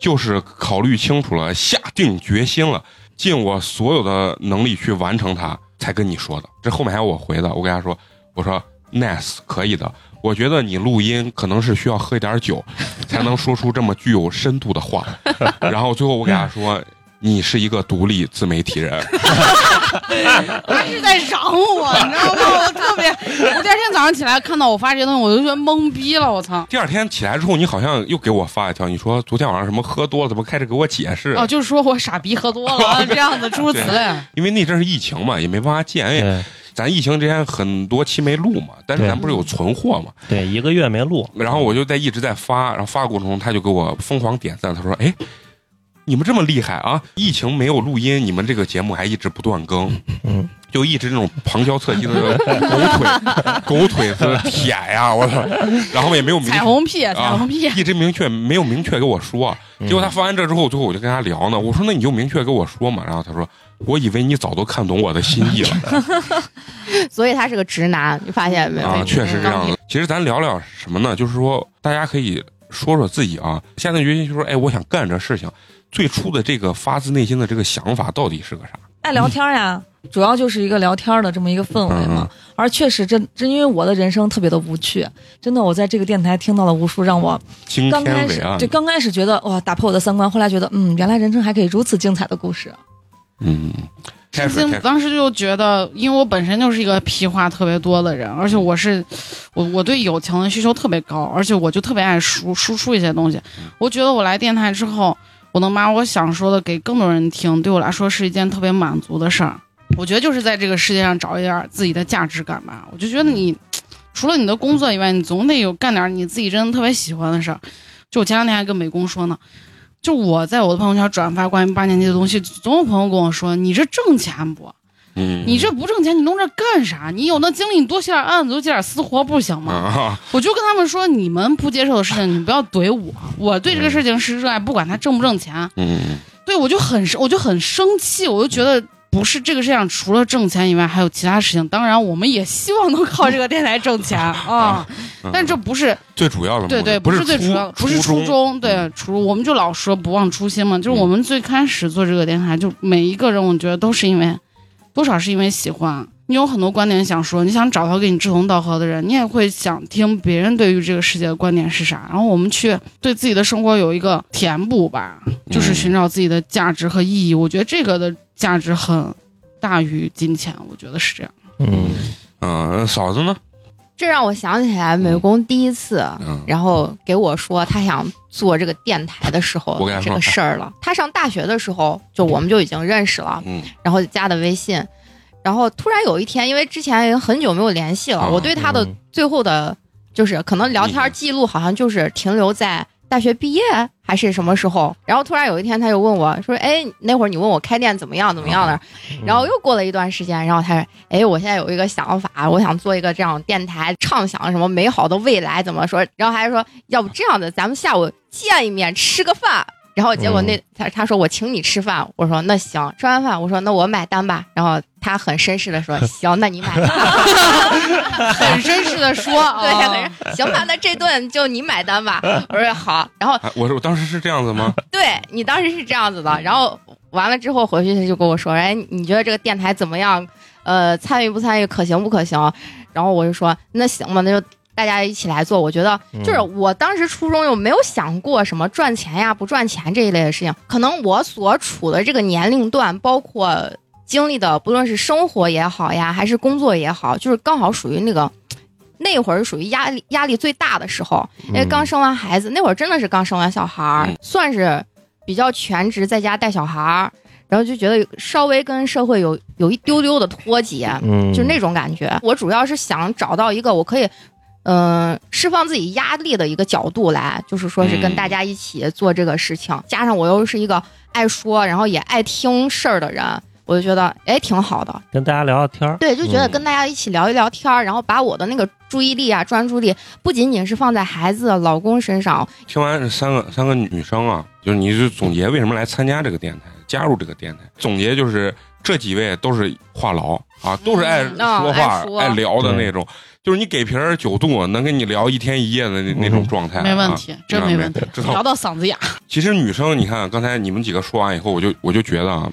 [SPEAKER 1] 就是考虑清楚了，下定决心了，尽我所有的能力去完成它，才跟你说的。这后面还有我回的，我跟他说，我说 nice 可以的，我觉得你录音可能是需要喝一点酒，才能说出这么具有深度的话。 (laughs) 然后最后我给他说，你是一个独立自媒体人。
[SPEAKER 6] 他是在嚷我，你知道吗？我特别，我第二天早上起来看到我发这些东西，我就觉得懵逼了，我操！
[SPEAKER 1] 第二天起来之后，你好像又给我发一条，你说昨天晚上什么喝多了，怎么开始给我解释？
[SPEAKER 6] 哦，就是说我傻逼喝多了这样子，诸如此类。
[SPEAKER 1] 因为那阵是疫情嘛，也没办法见，因为
[SPEAKER 2] 对
[SPEAKER 1] 咱疫情之前很多期没录嘛，但是
[SPEAKER 2] 对
[SPEAKER 1] 咱不是有存货嘛，
[SPEAKER 2] 对，一个月没录，
[SPEAKER 1] 然后我就在一直在发，然后发的过程中他就给我疯狂点赞，他说：“哎，你们这么厉害啊！疫情没有录音，你们这个节目还一直不断更，
[SPEAKER 2] 嗯，
[SPEAKER 1] 就一直那种旁敲侧击的狗腿狗腿子舔呀、我操！然后也没有明
[SPEAKER 6] 彩
[SPEAKER 1] 确，
[SPEAKER 6] 虹屁，彩虹屁，
[SPEAKER 1] 一直明确没有明确给我说。啊
[SPEAKER 2] 嗯
[SPEAKER 6] 嗯
[SPEAKER 1] 结果他发完这之后，最后我就跟他聊呢，我说：那你就明确给我说嘛。然后他说：我以为你早都看懂我的心意
[SPEAKER 6] (laughs)
[SPEAKER 1] 了。”
[SPEAKER 3] (laughs) 所以他是个直男，你发现没有？
[SPEAKER 1] 啊，确实这样
[SPEAKER 3] 嗯
[SPEAKER 1] 的。其实咱聊聊什么呢？就是说，大家可以说说自己啊，下定决心就说，哎，我想干这事情。最初的这个发自内心的这个想法到底是个啥？
[SPEAKER 7] 爱聊天呀，主要就是一个聊天的这么一个氛围嘛。而确实真，真因为我的人生特别的无趣，真的，我在这个电台听到了无数让我
[SPEAKER 1] 惊
[SPEAKER 7] 刚
[SPEAKER 1] 天
[SPEAKER 7] 开
[SPEAKER 1] 伟
[SPEAKER 7] 始
[SPEAKER 1] 岸
[SPEAKER 7] 对，刚开始觉得哇打破我的三观，后来觉得嗯，原来人生还可以如此精彩的故事。啊
[SPEAKER 1] 嗯，开
[SPEAKER 6] 震
[SPEAKER 1] 始
[SPEAKER 6] 惊！
[SPEAKER 1] 开始，
[SPEAKER 6] 当时就觉得，因为我本身就是一个屁话特别多的人，而且我是，我我对友情的需求特别高，而且我就特别爱输输出一些东西。我觉得我来电台之后，我能把我想说的给更多人听，对我来说是一件特别满足的事儿。我觉得就是在这个世界上找一点自己的价值感吧。我就觉得你除了你的工作以外，你总得有干点你自己真的特别喜欢的事儿。就我前两天还跟美工说呢，就我在我的朋友圈转发关于八年级的东西，总有朋友跟我说：“你这挣钱不？”
[SPEAKER 1] 嗯，
[SPEAKER 6] 你这不挣钱，你弄这干啥？你有那精力，你多写点案子，多接点私活不行吗？
[SPEAKER 1] 啊，
[SPEAKER 6] 我就跟他们说，你们不接受的事情，你不要怼我。我对这个事情是热爱，不管他挣不挣钱。
[SPEAKER 1] 嗯，
[SPEAKER 6] 对我就很生，我就很生气，我就觉得不是这个世界上除了挣钱以外还有其他事情。当然，我们也希望能靠这个电台挣钱啊，
[SPEAKER 1] 嗯
[SPEAKER 6] 但这不是
[SPEAKER 1] 最主要的目
[SPEAKER 6] 对
[SPEAKER 1] 的
[SPEAKER 6] 对，
[SPEAKER 1] 嗯不
[SPEAKER 6] 是最主
[SPEAKER 1] 初
[SPEAKER 6] 要，不是初
[SPEAKER 1] 初，
[SPEAKER 6] 衷，对，初我们就老说不忘初心嘛，就
[SPEAKER 1] 嗯
[SPEAKER 6] 是我们最开始做这个电台，就每一个人，我觉得都是因为多少是因为喜欢。你有很多观点想说，你想找到跟你志同道合的人，你也会想听别人对于这个世界的观点是啥，然后我们去对自己的生活有一个填补吧，
[SPEAKER 1] 嗯
[SPEAKER 6] 就是寻找自己的价值和意义。我觉得这个的价值很大于金钱，我觉得是这样。
[SPEAKER 2] 嗯，
[SPEAKER 1] 嗯，嫂子呢？
[SPEAKER 3] 这让我想起来美工第一次，
[SPEAKER 1] 嗯
[SPEAKER 3] 然后给我说他想做这个电台的时候
[SPEAKER 1] 我跟他说哎
[SPEAKER 3] 这个事儿了。他上大学的时候就我们就已经认识了，
[SPEAKER 1] 嗯
[SPEAKER 3] 然后就加的微信，然后突然有一天，因为之前也很久没有联系了，
[SPEAKER 1] 啊
[SPEAKER 3] 我对他的
[SPEAKER 2] 嗯
[SPEAKER 3] 最后的，就是可能聊
[SPEAKER 1] 嗯
[SPEAKER 3] 天记录好像就是停留在大学毕业还是什么时候，然后突然有一天他就问我说：“哎，那会儿你问我开店怎么样怎么样的？”然后又过了一段时间，然后他说：“哎，我现在有一个想法，我想做一个这样电台，畅想什么美好的未来怎么说？”然后还说：“要不这样的，咱们下午见一面吃个饭。”然后结果那他他说我请你吃饭，我说那行，吃完饭我说那我买单吧，然后他很绅士的说行，那你买 (laughs) 单，
[SPEAKER 6] 很绅士的说，
[SPEAKER 3] 对，
[SPEAKER 6] 啊
[SPEAKER 3] 很绅行吧，那这顿就你买单吧，我说好，然后
[SPEAKER 1] 哎我我当时是这样子吗？
[SPEAKER 3] 对你当时是这样子的，然后完了之后回去他就跟我说，哎，你觉得这个电台怎么样？呃，参与不参与，可行不可行？然后我就说那行吧，那就大家一起来做。我觉得
[SPEAKER 2] 嗯
[SPEAKER 3] 就是我当时初中又没有想过什么赚钱呀、不赚钱这一类的事情，可能我所处的这个年龄段，包括经历的，不论是生活也好呀，还是工作也好，就是刚好属于那个。那会儿属于压力压力最大的时候，因
[SPEAKER 2] 嗯
[SPEAKER 3] 为哎刚生完孩子，那会儿真的是刚生完小孩儿
[SPEAKER 1] 嗯，
[SPEAKER 3] 算是比较全职在家带小孩儿，然后就觉得稍微跟社会有有一丢丢的脱节，
[SPEAKER 2] 嗯，
[SPEAKER 3] 就那种感觉。我主要是想找到一个我可以，嗯、释放自己压力的一个角度来，就是说是
[SPEAKER 1] 嗯
[SPEAKER 3] 跟大家一起做这个事情，加上我又是一个爱说，然后也爱听事儿的人，我就觉得哎挺好的。
[SPEAKER 2] 跟大家聊聊天儿，
[SPEAKER 3] 对，就觉得
[SPEAKER 2] 嗯
[SPEAKER 3] 跟大家一起聊一聊天儿，然后把我的那个注意力啊、专注力，不仅仅是放在孩子、老公身上，
[SPEAKER 1] 听完这三个三个女生啊，就是你是总结为什么来参加这个电台，加入这个电台，总结就是这几位都是话痨啊，都是爱
[SPEAKER 6] 嗯
[SPEAKER 3] 啊
[SPEAKER 1] 说话、
[SPEAKER 3] 爱说
[SPEAKER 1] 爱聊的
[SPEAKER 2] 对
[SPEAKER 1] 那种，就是你给瓶儿酒度，能跟你聊一天一夜的那那种状态、啊，
[SPEAKER 6] 嗯没问题，真没问题，
[SPEAKER 1] 知道
[SPEAKER 6] 聊到嗓子哑。
[SPEAKER 1] 其实女生，你看刚才你们几个说完以后，我就我就觉得啊，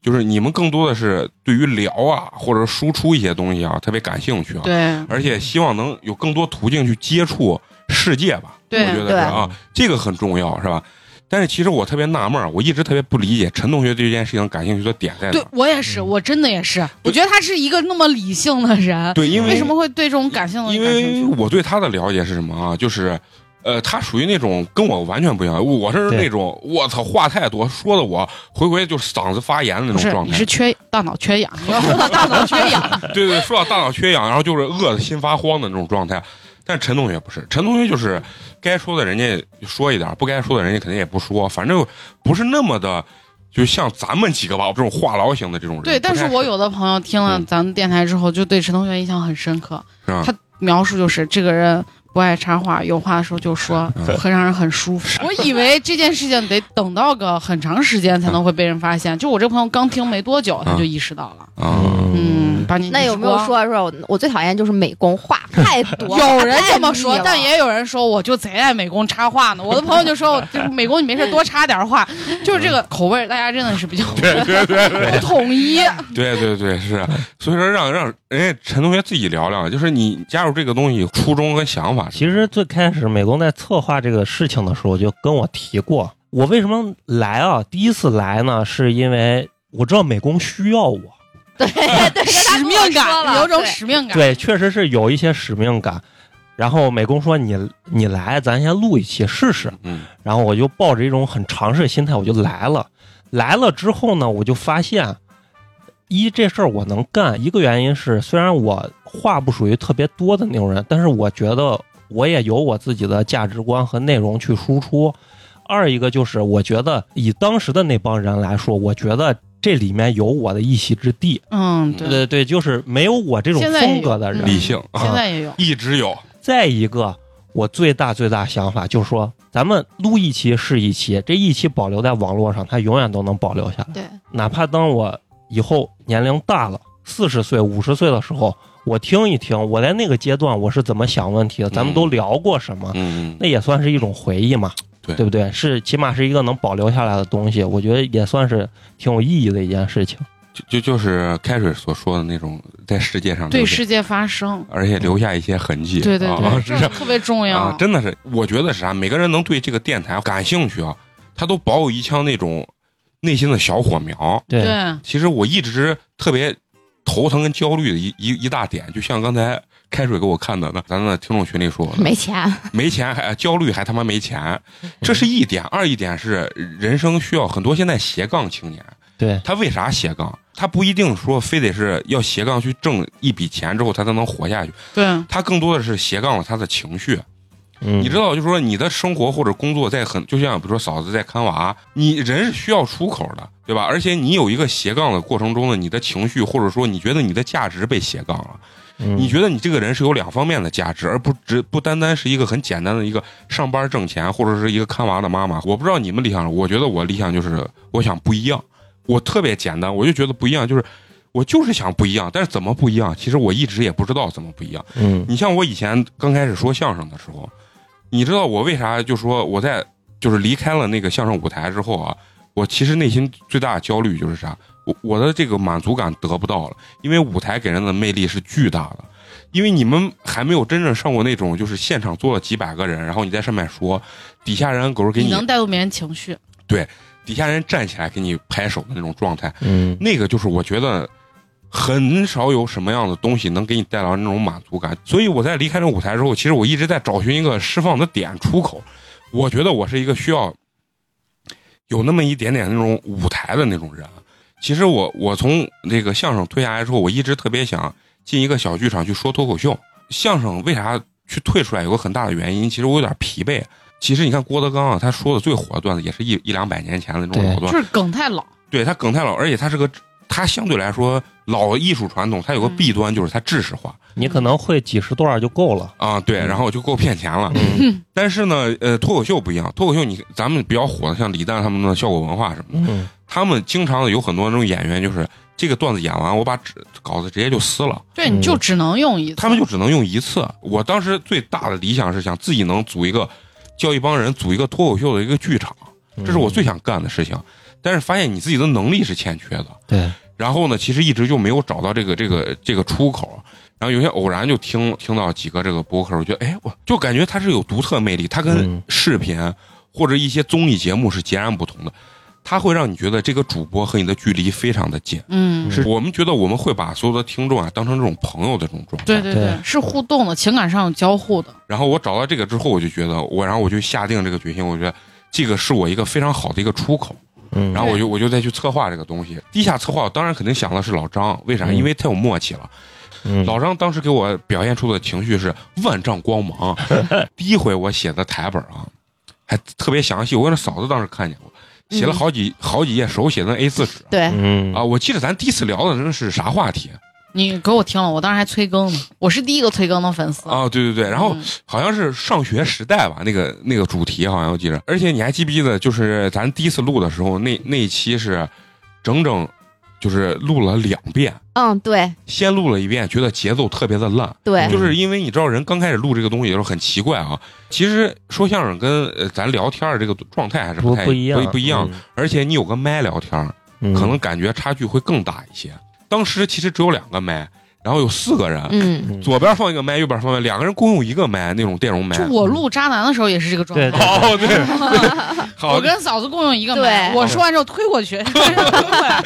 [SPEAKER 1] 就是你们更多的是对于聊啊，或者输出一些东西啊，特别感兴趣啊，
[SPEAKER 6] 对
[SPEAKER 1] 而且希望能有更多途径去接触世界吧。
[SPEAKER 6] 对
[SPEAKER 1] 我觉得是啊，这个很重要，是吧？但是其实我特别纳闷儿，我一直特别不理解陈同学对这件事情感兴趣的点在哪
[SPEAKER 6] 对
[SPEAKER 1] 儿。，
[SPEAKER 6] 我也是，
[SPEAKER 2] 嗯
[SPEAKER 6] 我真的也是，我觉得他是一个那么理性的人，
[SPEAKER 1] 对，因为
[SPEAKER 6] 为什么会对这种感性的
[SPEAKER 1] 因
[SPEAKER 6] 感
[SPEAKER 1] 为
[SPEAKER 6] 兴趣？
[SPEAKER 1] 我对他的了解是什么啊？就是，呃，他属于那种跟我完全不一样，我是
[SPEAKER 2] 对
[SPEAKER 1] 那种我操话太多，说的我回回就嗓子发炎的那
[SPEAKER 6] 不
[SPEAKER 1] 种
[SPEAKER 6] 是，
[SPEAKER 1] 状
[SPEAKER 6] 你
[SPEAKER 1] 态。
[SPEAKER 6] 是缺大脑缺
[SPEAKER 1] (laughs)
[SPEAKER 6] 氧，你要说到大脑缺氧，
[SPEAKER 1] 对对，说到大脑缺氧，然后就是饿的心发慌的那种状态。但陈同学不是，陈同学就是该说的人家说一点，不该说的人家肯定也不说，反正不是那么的，就像咱们几个吧，这种话痨型的这种人。
[SPEAKER 6] 对。但
[SPEAKER 1] 不
[SPEAKER 6] 是
[SPEAKER 1] 太
[SPEAKER 6] 我有的朋友听了
[SPEAKER 1] 嗯
[SPEAKER 6] 咱们电台之后，就对陈同学印象很深刻，
[SPEAKER 1] 是吧
[SPEAKER 6] 他描述就是这个人。不爱插话，有话的时候就说，很让人很舒服。我以为这件事情得等到个很长时间才能会被人发现，就我这朋友刚听没多久，
[SPEAKER 1] 嗯
[SPEAKER 6] 他就意识到了。
[SPEAKER 1] 啊，
[SPEAKER 6] 嗯，把你
[SPEAKER 3] 那有没有
[SPEAKER 6] 光
[SPEAKER 3] 说说我我最讨厌就是美工
[SPEAKER 6] (laughs)
[SPEAKER 3] 话太多，
[SPEAKER 6] 有人
[SPEAKER 3] 太
[SPEAKER 6] 这么说
[SPEAKER 3] 腻，了
[SPEAKER 6] 但也有人说我就贼爱美工插话呢。我的朋友就
[SPEAKER 3] (laughs)
[SPEAKER 6] 说，就是美工你没事多插点话，就是这个口味儿，大家真的是比较
[SPEAKER 1] 嗯 (laughs) 对对对对
[SPEAKER 6] 不统一。
[SPEAKER 1] 对对对，是。啊所以说让让人家陈同学自己聊聊，就是你加入这个东西初衷跟想法是
[SPEAKER 2] 其实最开始美工在策划这个事情的时候，就跟我提过，我为什么来啊？第一次来呢，是因为我知道美工需要我，
[SPEAKER 3] 对
[SPEAKER 6] (laughs)
[SPEAKER 3] 对，
[SPEAKER 6] 使命感，有种
[SPEAKER 3] 对
[SPEAKER 6] 使命感。
[SPEAKER 2] 对，确实是有一些使命感。然后美工说你你来，咱先录一期试试。
[SPEAKER 1] 嗯
[SPEAKER 2] 然后我就抱着一种很尝试的心态，我就来了。来了之后呢，我就发现，一这事儿我能干，一个原因是虽然我话不属于特别多的那种人，但是我觉得我也有我自己的价值观和内容去输出。二一个就是我觉得以当时的那帮人来说，我觉得。这里面有我的一席之地。
[SPEAKER 6] 嗯，
[SPEAKER 2] 对
[SPEAKER 6] 对，
[SPEAKER 2] 对对，就是没有我这种
[SPEAKER 6] 现在也
[SPEAKER 2] 风格的
[SPEAKER 6] 有
[SPEAKER 2] 人
[SPEAKER 6] 嗯。
[SPEAKER 1] 理性啊，
[SPEAKER 6] 现在也有，
[SPEAKER 1] 一直有，
[SPEAKER 2] 再一个，我最大最大想法就是说，咱们录一期是一期，这一期保留在网络上，它永远都能保留下来。
[SPEAKER 3] 对，
[SPEAKER 2] 哪怕当我以后年龄大了，四十岁、五十岁的时候，我听一听，我在那个阶段我是怎么想问题的，咱们都聊过什么，
[SPEAKER 1] 嗯，
[SPEAKER 2] 那也算是一种回忆嘛，
[SPEAKER 1] 对
[SPEAKER 2] 不对？是起码是一个能保留下来的东西，我觉得也算是挺有意义的一件事情。
[SPEAKER 1] 就就就是开水所说的那种，在世界上
[SPEAKER 6] 对
[SPEAKER 1] 留下
[SPEAKER 6] 世界发声，
[SPEAKER 1] 而且留下一些痕迹，
[SPEAKER 6] 对对
[SPEAKER 1] 啊 (laughs)
[SPEAKER 6] 对，
[SPEAKER 1] 是
[SPEAKER 6] 这特别重
[SPEAKER 1] 啊
[SPEAKER 6] 要，，
[SPEAKER 1] 真的是，我觉得是啥，每个人能对这个电台感兴趣啊，他都保有一腔那种内心的小火苗。
[SPEAKER 2] 对
[SPEAKER 6] 对，
[SPEAKER 1] 其实我一直特别头疼跟焦虑的一一一大点，就像刚才开水给我看的，那咱的听众群里说的， (laughs)
[SPEAKER 3] 没钱，
[SPEAKER 1] 没钱还焦虑，还他妈没钱，这是一点。二一点是人生需要很多现在斜杠青年，
[SPEAKER 2] 对
[SPEAKER 1] 他为啥斜杠？他不一定说非得是要斜杠去挣一笔钱之后他才能活下去，
[SPEAKER 6] 对，
[SPEAKER 1] 他更多的是斜杠了他的情绪。
[SPEAKER 2] 嗯，
[SPEAKER 1] 你知道，就是说你的生活或者工作在很，就像比如说嫂子在看娃，你人是需要出口的，对吧？而且你有一个斜杠的过程中呢，你的情绪或者说你觉得你的价值被斜杠了，
[SPEAKER 2] 嗯，
[SPEAKER 1] 你觉得你这个人是有两方面的价值，而不只不单单是一个很简单的一个上班挣钱或者是一个看娃的妈妈。我不知道你们理想，我觉得我理想就是我想不一样，我特别简单，我就觉得不一样，就是我就是想不一样，但是怎么不一样？其实我一直也不知道怎么不一样。
[SPEAKER 2] 嗯
[SPEAKER 1] 你像我以前刚开始说相声的时候，你知道我为啥就说我在就是离开了那个相声舞台之后啊，我其实内心最大的焦虑就是啥，我我的这个满足感得不到了，因为舞台给人的魅力是巨大的。因为你们还没有真正上过那种，就是现场坐了几百个人，然后你在上面说，底下人狗给
[SPEAKER 6] 你
[SPEAKER 1] 你，
[SPEAKER 6] 能带动别人情绪，
[SPEAKER 1] 底下人站起来给你拍手的那种状态，
[SPEAKER 2] 嗯
[SPEAKER 1] 那个就是我觉得很少有什么样的东西能给你带来那种满足感。所以我在离开这舞台之后，其实我一直在找寻一个释放的点出口。我觉得我是一个需要有那么一点点那种舞台的那种人。啊其实我我从那个相声退下来之后，我一直特别想进一个小剧场去说脱口秀。相声为啥去退出来，有个很大的原因，其实我有点疲惫。其实你看郭德纲啊，他说的最火的段子也是一一两百年前的那种
[SPEAKER 2] 对
[SPEAKER 1] 老段子，
[SPEAKER 6] 就是梗太老，
[SPEAKER 1] 对他梗太老，而且他是个他相对来说老艺术传统，他有个
[SPEAKER 6] 嗯
[SPEAKER 1] 弊端就是他制式化
[SPEAKER 2] 你可能会几十段就够了。
[SPEAKER 1] 啊，对，
[SPEAKER 2] 嗯
[SPEAKER 1] 然后就够骗钱了。
[SPEAKER 2] 嗯
[SPEAKER 1] (laughs) 但是呢，呃，脱口秀不一样，脱口秀你咱们比较火的像李诞他们的效果文化什么的，
[SPEAKER 2] 嗯，
[SPEAKER 1] 他们经常有很多那种演员就是这个段子演完，我把纸稿子直接就撕了，
[SPEAKER 6] 对，你就只能用一次，
[SPEAKER 1] 嗯他们就只能用一次。我当时最大的理想是想自己能组一个，叫一帮人组一个脱口秀的一个剧场，
[SPEAKER 2] 嗯
[SPEAKER 1] 这是我最想干的事情。但是发现你自己的能力是欠缺的，
[SPEAKER 2] 对，
[SPEAKER 1] 然后呢，其实一直就没有找到这个这个这个出口。然后有些偶然就听听到几个这个播客，我觉得哎，我就感觉它是有独特魅力，它跟
[SPEAKER 2] 嗯
[SPEAKER 1] 视频或者一些综艺节目是截然不同的，它会让你觉得这个主播和你的距离非常的近。
[SPEAKER 6] 嗯，
[SPEAKER 1] 是我们觉得我们会把所有的听众啊当成这种朋友的这种状态。
[SPEAKER 6] 对对对
[SPEAKER 2] 对，
[SPEAKER 6] 是互动的，情感上有交互的，
[SPEAKER 1] 然后我找到这个之后，我就觉得我，然后我就下定这个决心，我觉得这个是我一个非常好的一个出口。
[SPEAKER 2] 嗯，
[SPEAKER 1] 然后我就我就再去策划这个东西。地下策划，我当然肯定想的是老张，为啥？
[SPEAKER 2] 嗯
[SPEAKER 1] 因为太有默契了。
[SPEAKER 2] 嗯
[SPEAKER 1] 老张当时给我表现出的情绪是万丈光
[SPEAKER 2] (laughs)
[SPEAKER 1] 芒。第一回我写的台本啊，还特别详细，我跟嫂子当时看见过，写了好几、好几页手写的 A 4纸
[SPEAKER 6] 哎
[SPEAKER 3] 对，
[SPEAKER 2] 嗯
[SPEAKER 1] 啊。我记得咱第一次聊的那是啥话题啊
[SPEAKER 6] 你给我听了，我当时还催更呢，我是第一个催更的粉丝，
[SPEAKER 1] 啊？对对对，然后
[SPEAKER 6] 嗯
[SPEAKER 1] 好像是上学时代吧，那个那个主题好像我记着。而且你还记不记得，就是咱第一次录的时候，那那一期是整整就是录了两遍。
[SPEAKER 3] 嗯，对
[SPEAKER 1] 先录了一遍，觉得节奏特别的烂，
[SPEAKER 3] 对
[SPEAKER 2] 嗯
[SPEAKER 1] 就是因为你知道，人刚开始录这个东西的时候很奇怪啊。其实说相声跟呃咱聊天儿的这个状态还是
[SPEAKER 2] 不
[SPEAKER 1] 太
[SPEAKER 2] 一样，
[SPEAKER 1] 不一样。而且你有个麦聊天儿，
[SPEAKER 2] 嗯，
[SPEAKER 1] 可能感觉差距会更大一些。当时其实只有两个麦，然后有四个人，
[SPEAKER 3] 嗯，
[SPEAKER 2] 嗯
[SPEAKER 1] 左边放一个麦，右边放一个，两个人共用一个麦，那种电容麦
[SPEAKER 6] 就。我录渣男的时候也是这个状态。
[SPEAKER 2] 对
[SPEAKER 1] (laughs)
[SPEAKER 2] 对
[SPEAKER 1] 哦，对，
[SPEAKER 3] (laughs)
[SPEAKER 1] 对好
[SPEAKER 6] 我，跟嫂子共用一个门，
[SPEAKER 3] 对
[SPEAKER 6] 我说完之后推
[SPEAKER 1] (laughs)
[SPEAKER 6] 过去，特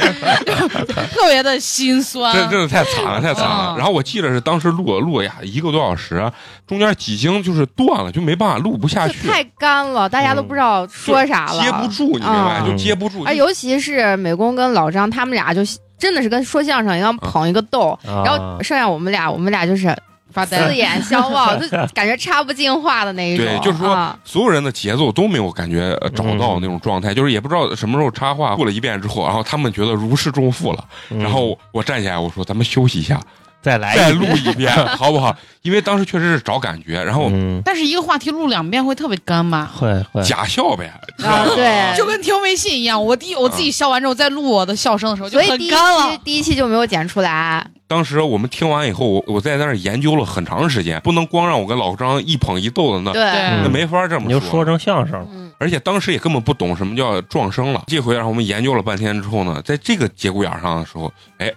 [SPEAKER 6] 别的心酸。
[SPEAKER 1] 这真的太惨了，太惨了。
[SPEAKER 6] 嗯
[SPEAKER 1] (laughs) 然后我记得是当时录了录了呀一个多小时，中间几经就是断了，就没办法录不下
[SPEAKER 3] 就
[SPEAKER 1] 去，
[SPEAKER 3] 太干了，大家都不知道说啥
[SPEAKER 1] 嗯
[SPEAKER 3] 了，
[SPEAKER 1] 接不住，你明白？
[SPEAKER 3] 嗯
[SPEAKER 1] 就接不住。
[SPEAKER 3] 啊，尤其是美工跟老张
[SPEAKER 1] 嗯
[SPEAKER 3] 他们俩就真的是跟说相声一样捧一个逗，
[SPEAKER 2] 啊
[SPEAKER 3] 然后剩下我们俩，我们俩就是
[SPEAKER 6] 发呆
[SPEAKER 3] 四。眼
[SPEAKER 1] (laughs)
[SPEAKER 3] 相望，就感觉插不进话的那一种。
[SPEAKER 1] 对就是说
[SPEAKER 3] 啊
[SPEAKER 1] 所有人的节奏都没有感觉呃找到那种状态，就是也不知道什么时候插话，过了一遍之后，然后他们觉得如释重负了，然后我站起来我说咱们休息一下，
[SPEAKER 2] 嗯再来
[SPEAKER 1] 再
[SPEAKER 2] 一
[SPEAKER 1] 录一遍好不好？因为当时确实是找感觉，然后
[SPEAKER 2] 嗯，
[SPEAKER 6] 但是一个话题录两遍会特别干吧？
[SPEAKER 2] 会会，
[SPEAKER 1] 假笑呗，知道
[SPEAKER 3] 啊，
[SPEAKER 1] 吧
[SPEAKER 3] 对，
[SPEAKER 6] 就跟听微信一样，我第我自
[SPEAKER 1] 嗯
[SPEAKER 6] 己笑完之后再录我的笑声的时候就
[SPEAKER 3] 所以
[SPEAKER 6] 很
[SPEAKER 3] 第一
[SPEAKER 6] 干了啊
[SPEAKER 3] 期。第一期就没有剪出来，
[SPEAKER 1] 当时我们听完以后，我我在那儿研究了很长时间，不能光让我跟老张一捧一逗的那，
[SPEAKER 3] 对，
[SPEAKER 1] 那
[SPEAKER 2] 嗯
[SPEAKER 1] 没法这
[SPEAKER 2] 你
[SPEAKER 1] 么
[SPEAKER 2] 就说成相声了。
[SPEAKER 3] 嗯，
[SPEAKER 1] 而且当时也根本不懂什么叫撞声了。这回让我们研究了半天之后呢，在这个节骨眼上的时候，哎，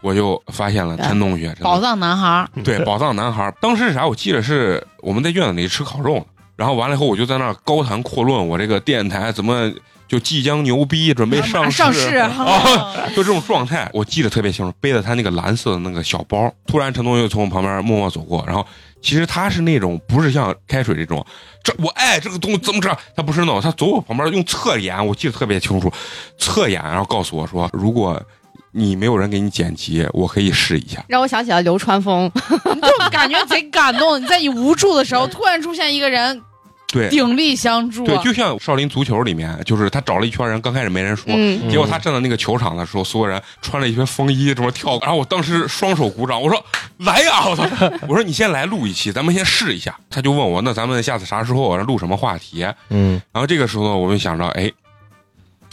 [SPEAKER 1] 我就发现了陈同学，真的
[SPEAKER 6] 宝藏男孩，
[SPEAKER 1] (laughs) 对宝藏男孩。当时是啥？我记得是我们在院子里吃烤肉，然后完了以后我就在那儿高谈阔论我这个电台怎么就即将牛逼，准备上
[SPEAKER 6] 啊马
[SPEAKER 1] 市，
[SPEAKER 6] 上市哦
[SPEAKER 1] 啊， (laughs) 就这种状态，我记得特别清楚。背着他那个蓝色的那个小包，突然陈同学从我旁边默默走过，然后其实他是那种不是像开水这种，这我爱这个东西怎么着，他不是那种，他走我旁边用侧眼，我记得特别清楚，侧眼然后告诉我说，如果你没有人给你剪辑，我可以试一下。
[SPEAKER 3] 让我想起了流川枫，
[SPEAKER 6] 就感觉贼感动。你在你无助的时候，突然出现一个人
[SPEAKER 1] 对，
[SPEAKER 6] 鼎力相助，啊
[SPEAKER 1] 对，就像少林足球里面，就是他找了一圈人，刚开始没人说，
[SPEAKER 3] 嗯，
[SPEAKER 1] 结果他站在那个球场的时候，所有人穿了一身风衣，这么跳，然后我当时双手鼓掌，我说来呀、我操！ (laughs) 我说你先来录一期，咱们先试一下。他就问我，那咱们下次啥时候啊录什么话题？然
[SPEAKER 2] 嗯
[SPEAKER 1] 后这个时候我就想着，哎，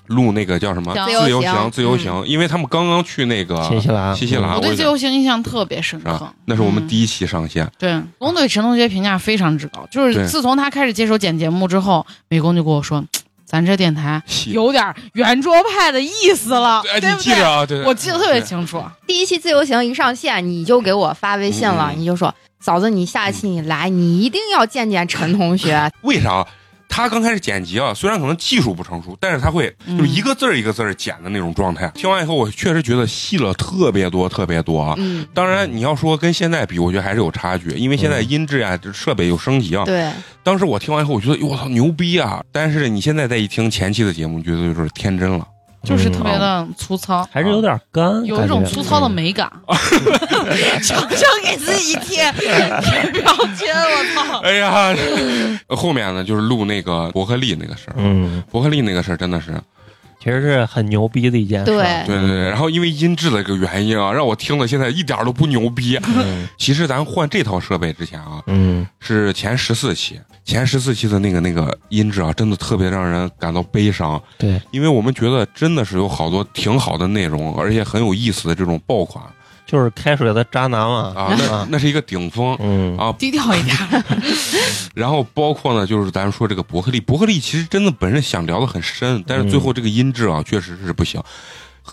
[SPEAKER 1] 录那个叫什么
[SPEAKER 6] 行嗯
[SPEAKER 1] 自由
[SPEAKER 3] 行
[SPEAKER 1] 行，自由行，因为他们刚刚去那个
[SPEAKER 2] 嗯新西兰
[SPEAKER 1] 啊新西兰，
[SPEAKER 6] 我对
[SPEAKER 1] 就
[SPEAKER 6] 自由行印象特别深刻
[SPEAKER 1] 啊。，那是我们
[SPEAKER 6] 嗯
[SPEAKER 1] 第一期上线，
[SPEAKER 6] 对龙对陈同学评价非常之高，就
[SPEAKER 1] 对
[SPEAKER 6] 是自从他开始接手剪节目之后，美工就跟我说，咱这电台
[SPEAKER 1] 戏
[SPEAKER 6] 有点圆桌派的意思了，
[SPEAKER 1] 哎，
[SPEAKER 6] 对
[SPEAKER 1] 你
[SPEAKER 6] 不
[SPEAKER 1] 记着
[SPEAKER 6] 对？
[SPEAKER 1] 啊，对，对
[SPEAKER 6] 我记得特别
[SPEAKER 1] 对
[SPEAKER 6] 清楚，
[SPEAKER 3] 第一期自由行一上线，你就给我发微信了，
[SPEAKER 1] 嗯
[SPEAKER 3] 你就说嫂子，你下一期你来，你一定要见见陈同学，
[SPEAKER 1] 为啥？他刚开始剪辑啊，虽然可能技术不成熟，但是他会
[SPEAKER 6] 嗯
[SPEAKER 1] 就一个字儿一个字儿剪的那种状态。听完以后，我确实觉得细了特别多，特别多啊。
[SPEAKER 3] 嗯，
[SPEAKER 1] 当然，你要说跟现在比，我觉得还是有差距，因为现在音质啊、这设备有升级啊。
[SPEAKER 3] 嗯对，
[SPEAKER 1] 当时我听完以后，我觉得哟我操牛逼啊！但是你现在再一听前期的节目，你觉得就是天真了。
[SPEAKER 6] 就是特别
[SPEAKER 1] 嗯
[SPEAKER 6] 的粗糙。
[SPEAKER 2] 嗯还是有点干，
[SPEAKER 6] 有一种
[SPEAKER 2] 感觉
[SPEAKER 6] 粗糙的。美感，
[SPEAKER 1] 哎
[SPEAKER 6] 强强
[SPEAKER 1] 嗯
[SPEAKER 6] 给自己贴标签，我
[SPEAKER 3] 哦
[SPEAKER 6] 操！
[SPEAKER 1] 哎
[SPEAKER 3] (laughs)
[SPEAKER 1] 呀，后面呢就是录那个伯克利那个事儿，
[SPEAKER 2] 嗯，
[SPEAKER 1] 伯克利那个事儿真的是
[SPEAKER 2] 其实是很牛逼的一件事。
[SPEAKER 3] 对
[SPEAKER 1] 对对对，然后因为音质的这个原因啊，让我听的现在一点儿都不牛逼。
[SPEAKER 2] 嗯
[SPEAKER 1] 其实咱换这套设备之前啊，
[SPEAKER 2] 嗯
[SPEAKER 1] 是前十四期，前十四期的那个那个音质啊，真的特别让人感到悲伤。
[SPEAKER 2] 对，
[SPEAKER 1] 因为我们觉得真的是有好多挺好的内容，而且很有意思的这种爆款
[SPEAKER 2] 就是开水的渣男嘛。
[SPEAKER 1] 啊，那
[SPEAKER 2] 啊
[SPEAKER 1] 那是一个顶
[SPEAKER 2] (laughs)
[SPEAKER 1] 峰。
[SPEAKER 2] 嗯
[SPEAKER 1] 啊，
[SPEAKER 6] 低调一点，
[SPEAKER 1] (laughs) 然后包括呢，就是咱们说这个伯克利，伯克利其实真的本身想聊的很深，但是最后这个音质啊，确实是不行，